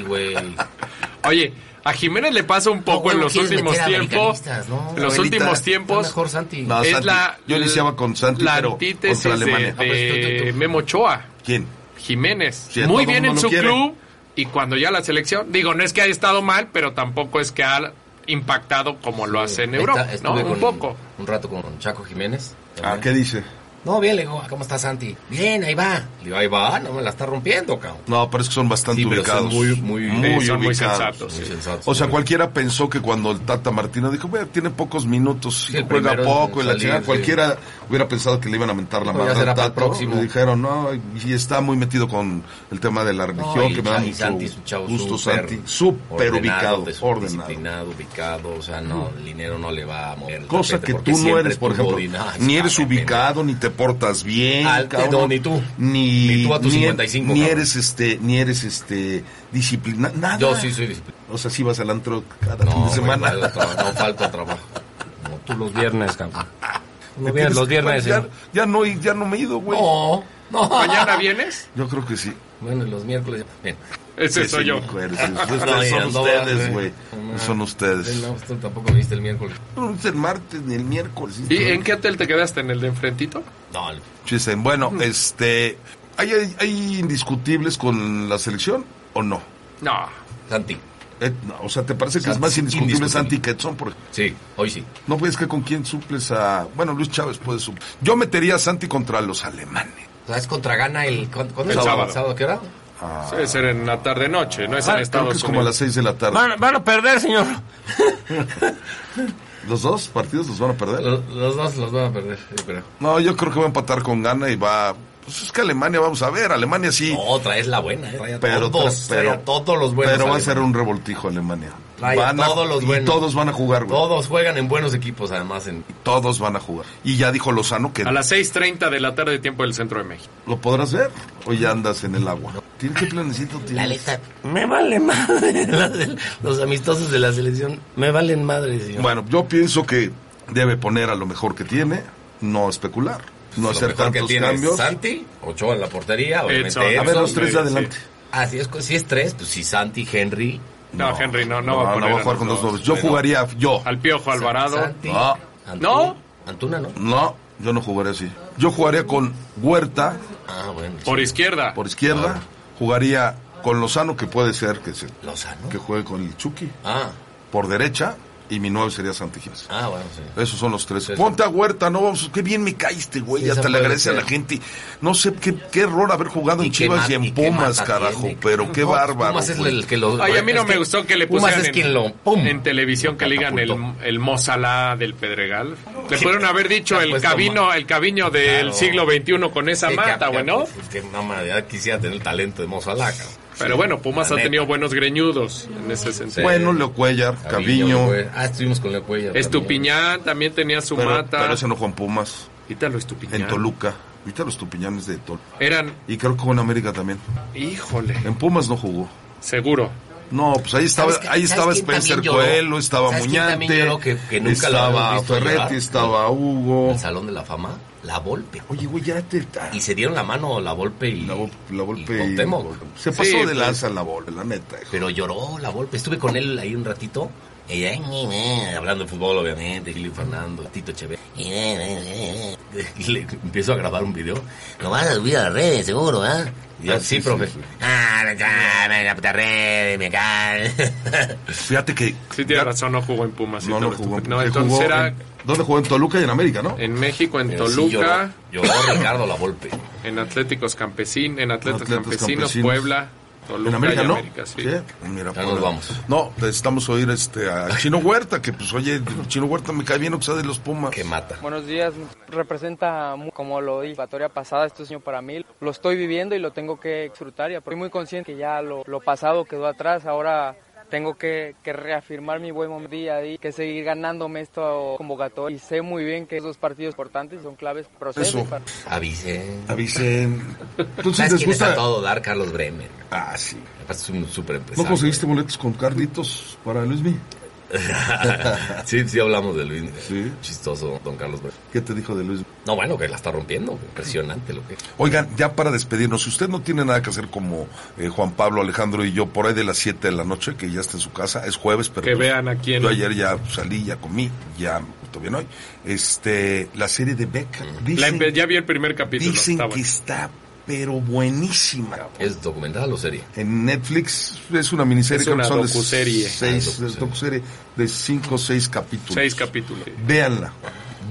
Speaker 5: güey.
Speaker 3: Oye, a Jiménez le pasa un poco
Speaker 5: güey,
Speaker 3: en
Speaker 5: no
Speaker 3: los
Speaker 5: quieres
Speaker 3: últimos
Speaker 5: meter a
Speaker 3: tiempos.
Speaker 5: americanistas, ¿no?
Speaker 3: En los
Speaker 5: Abuelita,
Speaker 3: últimos
Speaker 5: está
Speaker 3: tiempos.
Speaker 5: mejor Santi.
Speaker 2: No,
Speaker 3: es
Speaker 2: Santi.
Speaker 3: la,
Speaker 2: Yo iniciaba con Santi,
Speaker 3: la
Speaker 2: pero
Speaker 3: antítesis
Speaker 2: contra Alemania.
Speaker 3: de,
Speaker 5: pues,
Speaker 3: de Memo Ochoa.
Speaker 2: ¿Quién?
Speaker 3: Jiménez.
Speaker 2: Sí, a
Speaker 3: Muy
Speaker 2: todo
Speaker 3: bien
Speaker 2: mundo
Speaker 3: en
Speaker 2: lo
Speaker 3: su
Speaker 2: quiere.
Speaker 3: club y cuando ya la selección. Digo, no es que haya estado mal, pero tampoco es que ha impactado como lo hace en
Speaker 5: Ahí está,
Speaker 3: Europa, ¿no?
Speaker 5: estuve
Speaker 3: Un
Speaker 5: con-
Speaker 3: poco.
Speaker 5: Un rato con Chaco Jiménez.
Speaker 2: Ah, ¿qué dice?
Speaker 5: No, bien, le digo, "Ah, ¿cómo está Santi? Bien, ahí va. Le digo, ahí va, no me la está rompiendo, cabrón.
Speaker 2: No, pero es que son bastante
Speaker 5: Sí, pero son
Speaker 2: ubicados.
Speaker 5: muy- muy- Sí, son muy
Speaker 2: ubicados.
Speaker 5: sensatos, sí. Muy sensatos.
Speaker 2: O sea, cualquiera pensó que cuando el Tata Martino dijo, "Bueno, tiene pocos minutos,
Speaker 5: Sí, el
Speaker 2: juega
Speaker 5: primero
Speaker 2: poco, y
Speaker 5: en
Speaker 2: la
Speaker 5: salir,
Speaker 2: chingada",
Speaker 5: sí.
Speaker 2: cualquiera hubiera pensado que le iban a mentar la
Speaker 5: Dijo, "Ya
Speaker 2: madre
Speaker 5: será
Speaker 2: al
Speaker 5: para el
Speaker 2: Tata.
Speaker 5: próximo.
Speaker 2: Le dijeron, no, y está muy metido con el tema de la religión,
Speaker 5: y
Speaker 2: que me da
Speaker 5: Santi-
Speaker 2: mucho
Speaker 5: Santi es un chavo
Speaker 2: gusto,
Speaker 5: súper
Speaker 2: Santi. Súper
Speaker 5: ordenado,
Speaker 2: ubicado,
Speaker 5: des-
Speaker 2: ordenado. Mm.
Speaker 5: Disciplinado, ubicado, o sea, no, el dinero no le va a mover. el
Speaker 2: Cosa
Speaker 5: tapete
Speaker 2: que
Speaker 5: porque
Speaker 2: tú no
Speaker 5: siempre
Speaker 2: eres, por
Speaker 5: tuvo
Speaker 2: ejemplo,
Speaker 5: dinero.
Speaker 2: ni eres ubicado, ni te portas bien,
Speaker 5: Al- eh, no, ni tú.
Speaker 2: ni,
Speaker 5: Ni tú a tus
Speaker 2: ni- e-
Speaker 5: 55,
Speaker 2: ni
Speaker 5: cabrón.
Speaker 2: eres este, ni eres este disciplina, nada.
Speaker 5: Yo sí soy disciplinado.
Speaker 2: O sea, sí vas al antro cada fin
Speaker 5: No,
Speaker 2: de
Speaker 5: güey,
Speaker 2: semana.
Speaker 5: no, no falta trabajo. Como tú los viernes, cabrón. Tú
Speaker 2: Me
Speaker 5: Los viernes,
Speaker 2: tienes
Speaker 5: los
Speaker 2: que
Speaker 5: viernes.
Speaker 2: cambiar.
Speaker 5: ¿eh?
Speaker 2: Ya no, ya no me he ido, güey.
Speaker 5: No, no.
Speaker 3: ¿Mañana vienes?
Speaker 2: Yo creo que sí.
Speaker 5: Bueno, y los miércoles. ya- Bien.
Speaker 3: Ese
Speaker 2: Sí,
Speaker 3: soy
Speaker 2: sí,
Speaker 3: yo.
Speaker 2: hijo, eres- ustedes
Speaker 5: No, ya,
Speaker 2: son
Speaker 5: no,
Speaker 2: ustedes,
Speaker 5: eh.
Speaker 2: güey.
Speaker 5: No,
Speaker 2: Son ustedes.
Speaker 5: No, tú tampoco viste el miércoles.
Speaker 2: No, es el martes ni el miércoles.
Speaker 3: ¿Y en qué hotel te quedaste? ¿En el de enfrentito?
Speaker 5: No,
Speaker 2: Dicen, bueno,
Speaker 3: Mm.
Speaker 2: este, ¿hay, hay, hay indiscutibles con la selección o no? Eh,
Speaker 3: No.
Speaker 5: Santi.
Speaker 2: o sea, ¿te parece que es
Speaker 5: Santi,
Speaker 2: más indiscutible
Speaker 5: indiscutible.
Speaker 2: Santi que Edson? Por...
Speaker 5: Sí, hoy sí.
Speaker 2: No ves que con quién suples a... Bueno, Luis Chávez puede suplir. Yo metería a Santi contra los alemanes.
Speaker 5: ¿Sabes contra Gana el. ¿Cuándo cuándo
Speaker 2: El
Speaker 5: es el
Speaker 2: sábado.
Speaker 5: sábado? ¿Qué hora?
Speaker 2: Ah,
Speaker 3: Debe ser en la tarde-noche, no es
Speaker 2: Ah,
Speaker 3: en
Speaker 2: creo
Speaker 3: Estados
Speaker 2: que es como a las
Speaker 3: Unidos.
Speaker 2: seis de la tarde.
Speaker 5: a perder, señor.
Speaker 2: ¿Los dos partidos los van a perder?
Speaker 5: Los, los dos los van a perder, yo creo.
Speaker 2: No, yo creo que va a empatar con Ghana y va... Pues es que Alemania, vamos a ver, Alemania sí.
Speaker 5: Otra es la buena, ¿eh? Trae a
Speaker 2: pero,
Speaker 5: todos,
Speaker 2: pero-
Speaker 5: trae a todos los buenos.
Speaker 2: Pero va a
Speaker 5: alemanes.
Speaker 2: ser un revoltijo Alemania.
Speaker 5: Trae a
Speaker 2: Van a-
Speaker 5: todos los
Speaker 2: y
Speaker 5: buenos.
Speaker 2: todos van a jugar, güey.
Speaker 5: Todos juegan en buenos equipos, además. En...
Speaker 2: Todos van a jugar. Y ya dijo Lozano que
Speaker 3: A las 6.30 de la tarde, tiempo del centro de México.
Speaker 2: lo podrás ver o ya andas en el agua. ¿Tienes qué planecito tienes?
Speaker 5: Me vale madre. Las- Los amistosos de la selección me valen madre, señor.
Speaker 2: Bueno, yo pienso que debe poner a lo mejor que tiene, no especular, no
Speaker 5: Lo
Speaker 2: hacer
Speaker 5: mejor que
Speaker 2: tantos
Speaker 5: tiene es
Speaker 2: cambios.
Speaker 5: Santi, Ochoa en la portería, obviamente.
Speaker 2: Edson. A ver,
Speaker 5: Edson,
Speaker 2: los tres de adelante.
Speaker 5: sí. Ah, si es, si es tres, pues si Santi, Henry.
Speaker 3: No, Henry, no, no,
Speaker 2: No,
Speaker 3: va a
Speaker 2: no
Speaker 3: poner
Speaker 2: va a jugar
Speaker 3: los
Speaker 2: con los
Speaker 3: dos.
Speaker 2: nobles. Yo
Speaker 3: Bueno,
Speaker 2: jugaría yo.
Speaker 3: Al Piojo Alvarado.
Speaker 5: Santi.
Speaker 2: No,
Speaker 3: ¿No?
Speaker 5: Antuna, ¿no?
Speaker 2: no, yo no jugaría así. Yo jugaría con Huerta
Speaker 5: Ah, bueno.
Speaker 3: Por izquierda.
Speaker 2: por
Speaker 5: Ah.
Speaker 2: izquierda, jugaría con Lozano que puede ser que se
Speaker 5: Lozano.
Speaker 2: que juegue con el Chucky
Speaker 5: Ah,
Speaker 2: por derecha y mi nueve sería Santiginas.
Speaker 5: Ah, bueno, sí.
Speaker 2: Esos son los tres. Ponte a Huerta, no vamos. Qué bien me caíste, güey.
Speaker 5: Sí, esa
Speaker 2: Hasta le
Speaker 5: puede
Speaker 2: agradece a
Speaker 5: ser.
Speaker 2: la gente. No sé qué, qué error haber jugado en
Speaker 5: qué
Speaker 2: Chivas
Speaker 5: ma-
Speaker 2: y en
Speaker 5: y qué
Speaker 2: Pumas,
Speaker 5: mata
Speaker 2: carajo.
Speaker 5: tiene.
Speaker 2: Pero qué
Speaker 5: No,
Speaker 2: bárbaro.
Speaker 5: Pumas es
Speaker 2: güey.
Speaker 5: el que lo-
Speaker 3: Oye, a mí no
Speaker 5: es
Speaker 3: me
Speaker 5: que
Speaker 3: gustó que le
Speaker 5: Pumas
Speaker 3: pusieran
Speaker 5: es
Speaker 3: en,
Speaker 5: quien lo-
Speaker 3: en televisión que le digan el, el Mo Salah del Pedregal. Le
Speaker 5: Sí,
Speaker 3: pudieron haber dicho
Speaker 5: te ha
Speaker 3: el
Speaker 5: puesto
Speaker 3: cabino,
Speaker 5: mal.
Speaker 3: el cabiño del
Speaker 5: Claro.
Speaker 3: siglo XXI con esa
Speaker 5: Sí, que-
Speaker 3: mata,
Speaker 5: que-
Speaker 3: güey, ¿no?
Speaker 5: pues, que no, madre, ya quisiera tener el talento de Mozalá. cabrón.
Speaker 3: Pero bueno, Pumas
Speaker 5: La
Speaker 3: ha
Speaker 5: neta.
Speaker 3: tenido buenos greñudos en ese sentido.
Speaker 2: Bueno, Leo Cuellar,
Speaker 5: Leo
Speaker 2: Caviño.
Speaker 5: Cuellar. Ah, estuvimos con Lecuella.
Speaker 3: Estupiñán también tenía su
Speaker 2: Pero,
Speaker 3: mata.
Speaker 2: pero ese no Juan Pumas.
Speaker 3: Quítalo, Estupiñán.
Speaker 2: En Toluca. Quítalo, Estupiñán es de Toluca.
Speaker 3: Eran,
Speaker 2: Y creo que con América también.
Speaker 3: híjole,
Speaker 2: En Pumas no jugó.
Speaker 3: seguro.
Speaker 2: No, pues ahí estaba,
Speaker 5: ¿Sabes qué-
Speaker 2: ahí
Speaker 5: sabes
Speaker 2: estaba
Speaker 5: quién también
Speaker 2: Spencer
Speaker 5: lloró?
Speaker 2: Coelho, estaba
Speaker 5: ¿Sabes quién también
Speaker 2: Muñante,
Speaker 5: lloró que- que nunca lo
Speaker 2: estaba
Speaker 5: habíamos visto
Speaker 2: Ferretti,
Speaker 5: llorar?
Speaker 2: estaba Hugo.
Speaker 5: El Salón de la Fama, la Volpe.
Speaker 2: Oye, güey, ya te...
Speaker 5: Y se dieron la mano la Volpe y la, Volpe
Speaker 2: y- Se pasó
Speaker 3: pues.
Speaker 2: de lanza la Volpe, la neta.
Speaker 5: Pero lloró la Volpe. Estuve con él ahí un ratito. y ya, ñe, ñe, hablando de fútbol, obviamente, Gilio Fernando, Tito Echeverría. Y ñe, ñe, ñe, ñe. Y le empiezo a grabar un video. Lo vas a subir a las redes, seguro, ¿ah? Y yo,
Speaker 2: Ah,
Speaker 5: sí,
Speaker 2: sí, sí,
Speaker 5: profe.
Speaker 2: sí.
Speaker 5: Ah, me cae, me la puta red, me cae.
Speaker 2: Fíjate que...
Speaker 3: Sí, tiene razón, no jugó en Pumas. sí,
Speaker 2: No, no
Speaker 3: Toluca.
Speaker 2: jugó.
Speaker 3: No,
Speaker 2: ¿Qué
Speaker 3: entonces
Speaker 2: jugó
Speaker 3: era
Speaker 2: en- ¿Dónde jugó? En Toluca y en América, ¿no?
Speaker 3: en México, en
Speaker 5: Pero sí
Speaker 3: Toluca,
Speaker 5: lloró, lloró Ricardo la Volpe.
Speaker 3: en Atléticos Campesín, en Atletas
Speaker 2: Atletas
Speaker 3: Campesinos,
Speaker 2: Campesinos.
Speaker 3: Puebla, Toluca
Speaker 2: en América,
Speaker 3: y
Speaker 2: ¿no?
Speaker 3: América, sí.
Speaker 2: Mira,
Speaker 5: Ya nos vamos.
Speaker 2: No, necesitamos oír este, a Chino Huerta, que pues oye, Chino Huerta me cae bien, o sea, de los Pumas.
Speaker 5: Que mata.
Speaker 13: Buenos días, representa mu- como lo dije, la historia pasada, esto es año para mí, lo estoy viviendo y lo tengo que disfrutar y estoy muy consciente que ya lo, lo pasado quedó atrás, ahora tengo que, que reafirmar mi buen momento día a día, que seguir ganándome esto convocatoria y sé muy bien que esos partidos importantes son claves para el proceso. y
Speaker 2: Eso.
Speaker 13: para-
Speaker 5: Avisen.
Speaker 2: Avisen. Entonces,
Speaker 5: ¿Sabes
Speaker 2: ¿les
Speaker 5: quién está
Speaker 2: gusta?
Speaker 5: a todo dar? Carlos Bremer.
Speaker 2: Ah, sí.
Speaker 5: Aparte es un súper
Speaker 2: ¿No
Speaker 5: empresario.
Speaker 2: conseguiste boletos con Carlitos para Luismi?
Speaker 5: sí, sí hablamos de Luis. Chistoso, don Carlos Bremer.
Speaker 2: ¿Qué te dijo de Luismi?
Speaker 5: No, bueno, que la está rompiendo. Impresionante lo que...
Speaker 2: Oigan, ya para despedirnos, si usted no tiene nada que hacer como eh, Juan Pablo, Alejandro y yo, por ahí de las 7 de la noche, que ya está en su casa, es jueves, pero
Speaker 3: Que
Speaker 2: pues,
Speaker 3: vean aquí en-
Speaker 2: yo ayer ya salí, ya comí, ya estoy bien hoy. Este, la serie de Beck,
Speaker 3: La
Speaker 2: dicen,
Speaker 3: empe- ya vi el primer capítulo.
Speaker 2: dicen
Speaker 3: está
Speaker 2: que
Speaker 3: bueno.
Speaker 2: está pero buenísima.
Speaker 5: ¿Es documental o serie?
Speaker 2: En Netflix es una miniserie,
Speaker 3: Es
Speaker 2: creo
Speaker 3: una
Speaker 2: que son de
Speaker 3: docuserie.
Speaker 2: seis, es Ah, docuserie de cinco o seis capítulos.
Speaker 3: Seis capítulos.
Speaker 2: Véanla.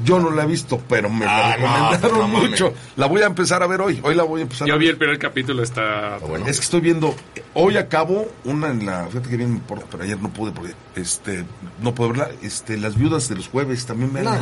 Speaker 2: Yo no la he visto, pero me la
Speaker 5: Ah, no,
Speaker 2: recomendaron
Speaker 5: no mames.
Speaker 2: mucho. La voy a empezar a ver hoy. Hoy la voy a empezar a
Speaker 3: Yo
Speaker 2: ver.
Speaker 3: vi el primer capítulo, está...
Speaker 5: Bueno,
Speaker 2: Es que estoy viendo, eh, hoy acabo una en la, fíjate que bien me importa, pero ayer no pude porque, este, no puedo verla, este, Las Viudas de los Jueves, también me la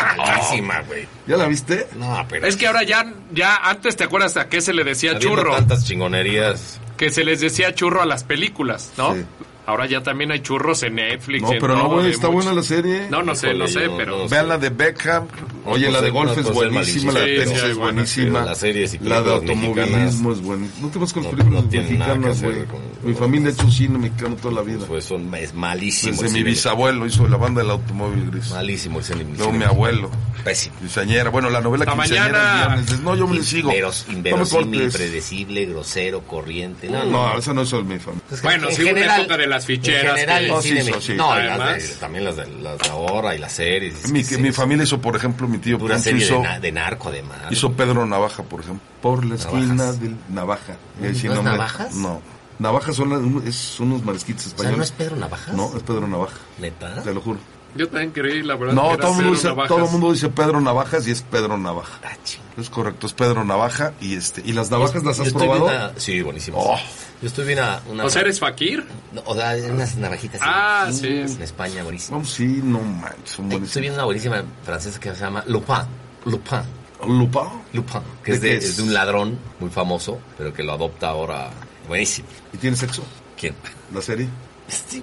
Speaker 5: Buenísima, güey.
Speaker 2: ¿Ya la viste?
Speaker 5: No, pero...
Speaker 3: Es que ahora ya, ya antes te acuerdas a qué se le decía
Speaker 5: habiendo
Speaker 3: churro,
Speaker 5: tantas chingonerías.
Speaker 3: que se les decía churro a las películas, ¿no?
Speaker 2: Sí.
Speaker 3: Ahora ya también hay churros en Netflix.
Speaker 2: No,
Speaker 3: en
Speaker 2: pero no,
Speaker 3: todo,
Speaker 2: buena,
Speaker 3: de
Speaker 2: está
Speaker 3: muchos-
Speaker 2: buena la serie.
Speaker 3: No, no sé,
Speaker 5: Híjole,
Speaker 3: no sé,
Speaker 5: yo
Speaker 3: pero...
Speaker 5: no sé.
Speaker 2: Vean la de Beckham. Oye,
Speaker 5: Pues
Speaker 2: la de
Speaker 5: es
Speaker 2: golf
Speaker 5: una
Speaker 2: es
Speaker 5: cosa
Speaker 2: buenísima, la de
Speaker 5: maliciosa,
Speaker 2: tenis
Speaker 3: sí,
Speaker 2: es
Speaker 3: sí,
Speaker 2: buenísima.
Speaker 5: las series y
Speaker 2: La de
Speaker 5: películas
Speaker 2: automovilismo
Speaker 5: mexicanas
Speaker 2: es buenísima. No te vas con las
Speaker 5: no-
Speaker 2: películas
Speaker 5: no tienen nada que
Speaker 2: mexicanas,
Speaker 5: hacer
Speaker 2: güey.
Speaker 5: con-
Speaker 2: Mi familia ha hecho cine mexicano toda la vida.
Speaker 5: Pues son, es malísimo.
Speaker 2: Desde
Speaker 5: el
Speaker 2: mi
Speaker 5: cine.
Speaker 2: bisabuelo hizo la banda del automóvil gris.
Speaker 5: Malísimo el cine. el
Speaker 2: Luego
Speaker 5: cine.
Speaker 2: mi abuelo.
Speaker 5: Pésimo.
Speaker 2: Quinceañera. Bueno, la novela
Speaker 3: Hasta
Speaker 2: quinceañera.
Speaker 3: mañana.
Speaker 2: el viernes. No, yo me le sigo.
Speaker 5: Inveros-
Speaker 2: No me
Speaker 5: Inverosímil,
Speaker 2: cortes.
Speaker 5: impredecible, grosero, corriente. No, no.
Speaker 2: No, esa no es mi familia.
Speaker 5: Es Pues que
Speaker 3: Bueno,
Speaker 5: en
Speaker 3: sí, una
Speaker 5: general-
Speaker 3: época de las ficheras.
Speaker 5: En general,
Speaker 3: que-
Speaker 5: el
Speaker 2: No, sí,
Speaker 5: cine
Speaker 2: sí,
Speaker 5: mexi-
Speaker 2: sí.
Speaker 5: No, y las de,
Speaker 3: Además-
Speaker 5: también las de, las de ahora y las series.
Speaker 2: Mi,
Speaker 5: Sí,
Speaker 2: mi
Speaker 5: sí,
Speaker 2: familia hizo, por ejemplo, mi tío
Speaker 5: Una
Speaker 2: Poncho
Speaker 5: serie de,
Speaker 2: hizo,
Speaker 5: na- de narco, además.
Speaker 2: hizo Pedro Navaja, por ejemplo. Por la esquina
Speaker 5: Navajas.
Speaker 2: del Navaja.
Speaker 5: ¿No
Speaker 2: Eh,
Speaker 5: es
Speaker 2: sin nombre.
Speaker 5: Navajas?
Speaker 2: No. Navajas son las- es- son unos marisquitos
Speaker 5: O sea, ¿no es
Speaker 2: españoles.
Speaker 5: Pedro Navajas?
Speaker 2: No, es Pedro Navaja.
Speaker 5: ¿Neta?
Speaker 2: Te lo juro.
Speaker 3: Yo también creí, la verdad. que
Speaker 2: No,
Speaker 3: era
Speaker 2: todo el mundo,
Speaker 3: Pedro
Speaker 2: dice,
Speaker 3: Navajas.
Speaker 2: todo el mundo dice Pedro Navajas y es Pedro Navaja.
Speaker 5: Ah, ching.
Speaker 2: Es correcto, es Pedro Navaja y este. ¿Y las navajas las
Speaker 5: Yo
Speaker 2: has
Speaker 5: estoy
Speaker 2: probado?
Speaker 5: viendo una- sí, buenísimo.
Speaker 2: Oh.
Speaker 5: Yo estoy viendo una, una-
Speaker 3: O sea, eres fakir.
Speaker 5: no, o sea, unas navajitas.
Speaker 3: Ah,
Speaker 5: en-
Speaker 3: sí.
Speaker 5: En España, buenísimo.
Speaker 2: Vamos, sí, no manches, son
Speaker 5: Eh, Estoy
Speaker 2: buenísimos.
Speaker 5: viendo una buenísima francesa que se llama Lupin. Lupin.
Speaker 2: Lupa.
Speaker 5: Lupin. Que
Speaker 2: ¿De
Speaker 5: es de,
Speaker 2: qué es?
Speaker 5: es de un ladrón muy famoso, pero que lo adopta ahora. Buenísimo.
Speaker 2: ¿Y tiene sexo?
Speaker 5: ¿Quién? Este,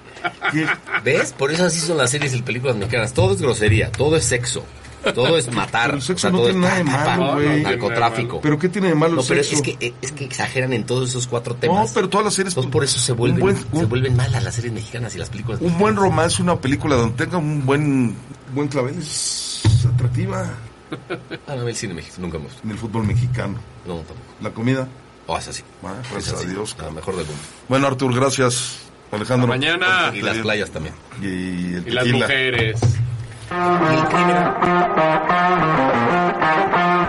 Speaker 2: ¿La serie? ¿Qué?
Speaker 5: ¿Ves? Por eso así son las series y películas mexicanas. Todo es grosería, todo es sexo, todo es matar.
Speaker 2: Pero el sexo
Speaker 5: o sea,
Speaker 2: no
Speaker 5: todo
Speaker 2: tiene
Speaker 5: es
Speaker 2: nada de
Speaker 5: pa, pa, pa,
Speaker 2: malo,
Speaker 3: güey. No, no tiene
Speaker 5: narcotráfico.
Speaker 2: ¿Pero qué tiene de malo
Speaker 5: No,
Speaker 2: el
Speaker 5: pero
Speaker 2: sexo?
Speaker 5: es que, eh, es que exageran en todos esos cuatro
Speaker 2: no,
Speaker 5: temas.
Speaker 2: pero todas las series.
Speaker 5: Entonces por eso se vuelven,
Speaker 2: Un buen,
Speaker 5: se
Speaker 2: un-
Speaker 5: vuelven malas las series mexicanas y las películas.
Speaker 2: un buen romance, una película donde tenga un buen, buen clavel es atractiva
Speaker 5: Ah, no, el cine mexicano nunca hemos.
Speaker 2: en el fútbol mexicano.
Speaker 5: No, tampoco.
Speaker 2: La comida.
Speaker 5: O es así.
Speaker 2: Ah,
Speaker 5: Es
Speaker 2: gracias
Speaker 5: así.
Speaker 2: a Dios.
Speaker 5: La mejor del mundo.
Speaker 2: Bueno, Artur, gracias. Alejandro.
Speaker 3: Hasta
Speaker 2: Ah,
Speaker 3: mañana.
Speaker 5: Y las playas también.
Speaker 2: Y, el
Speaker 3: Y las
Speaker 2: tequila.
Speaker 3: mujeres.
Speaker 5: Y el crimen.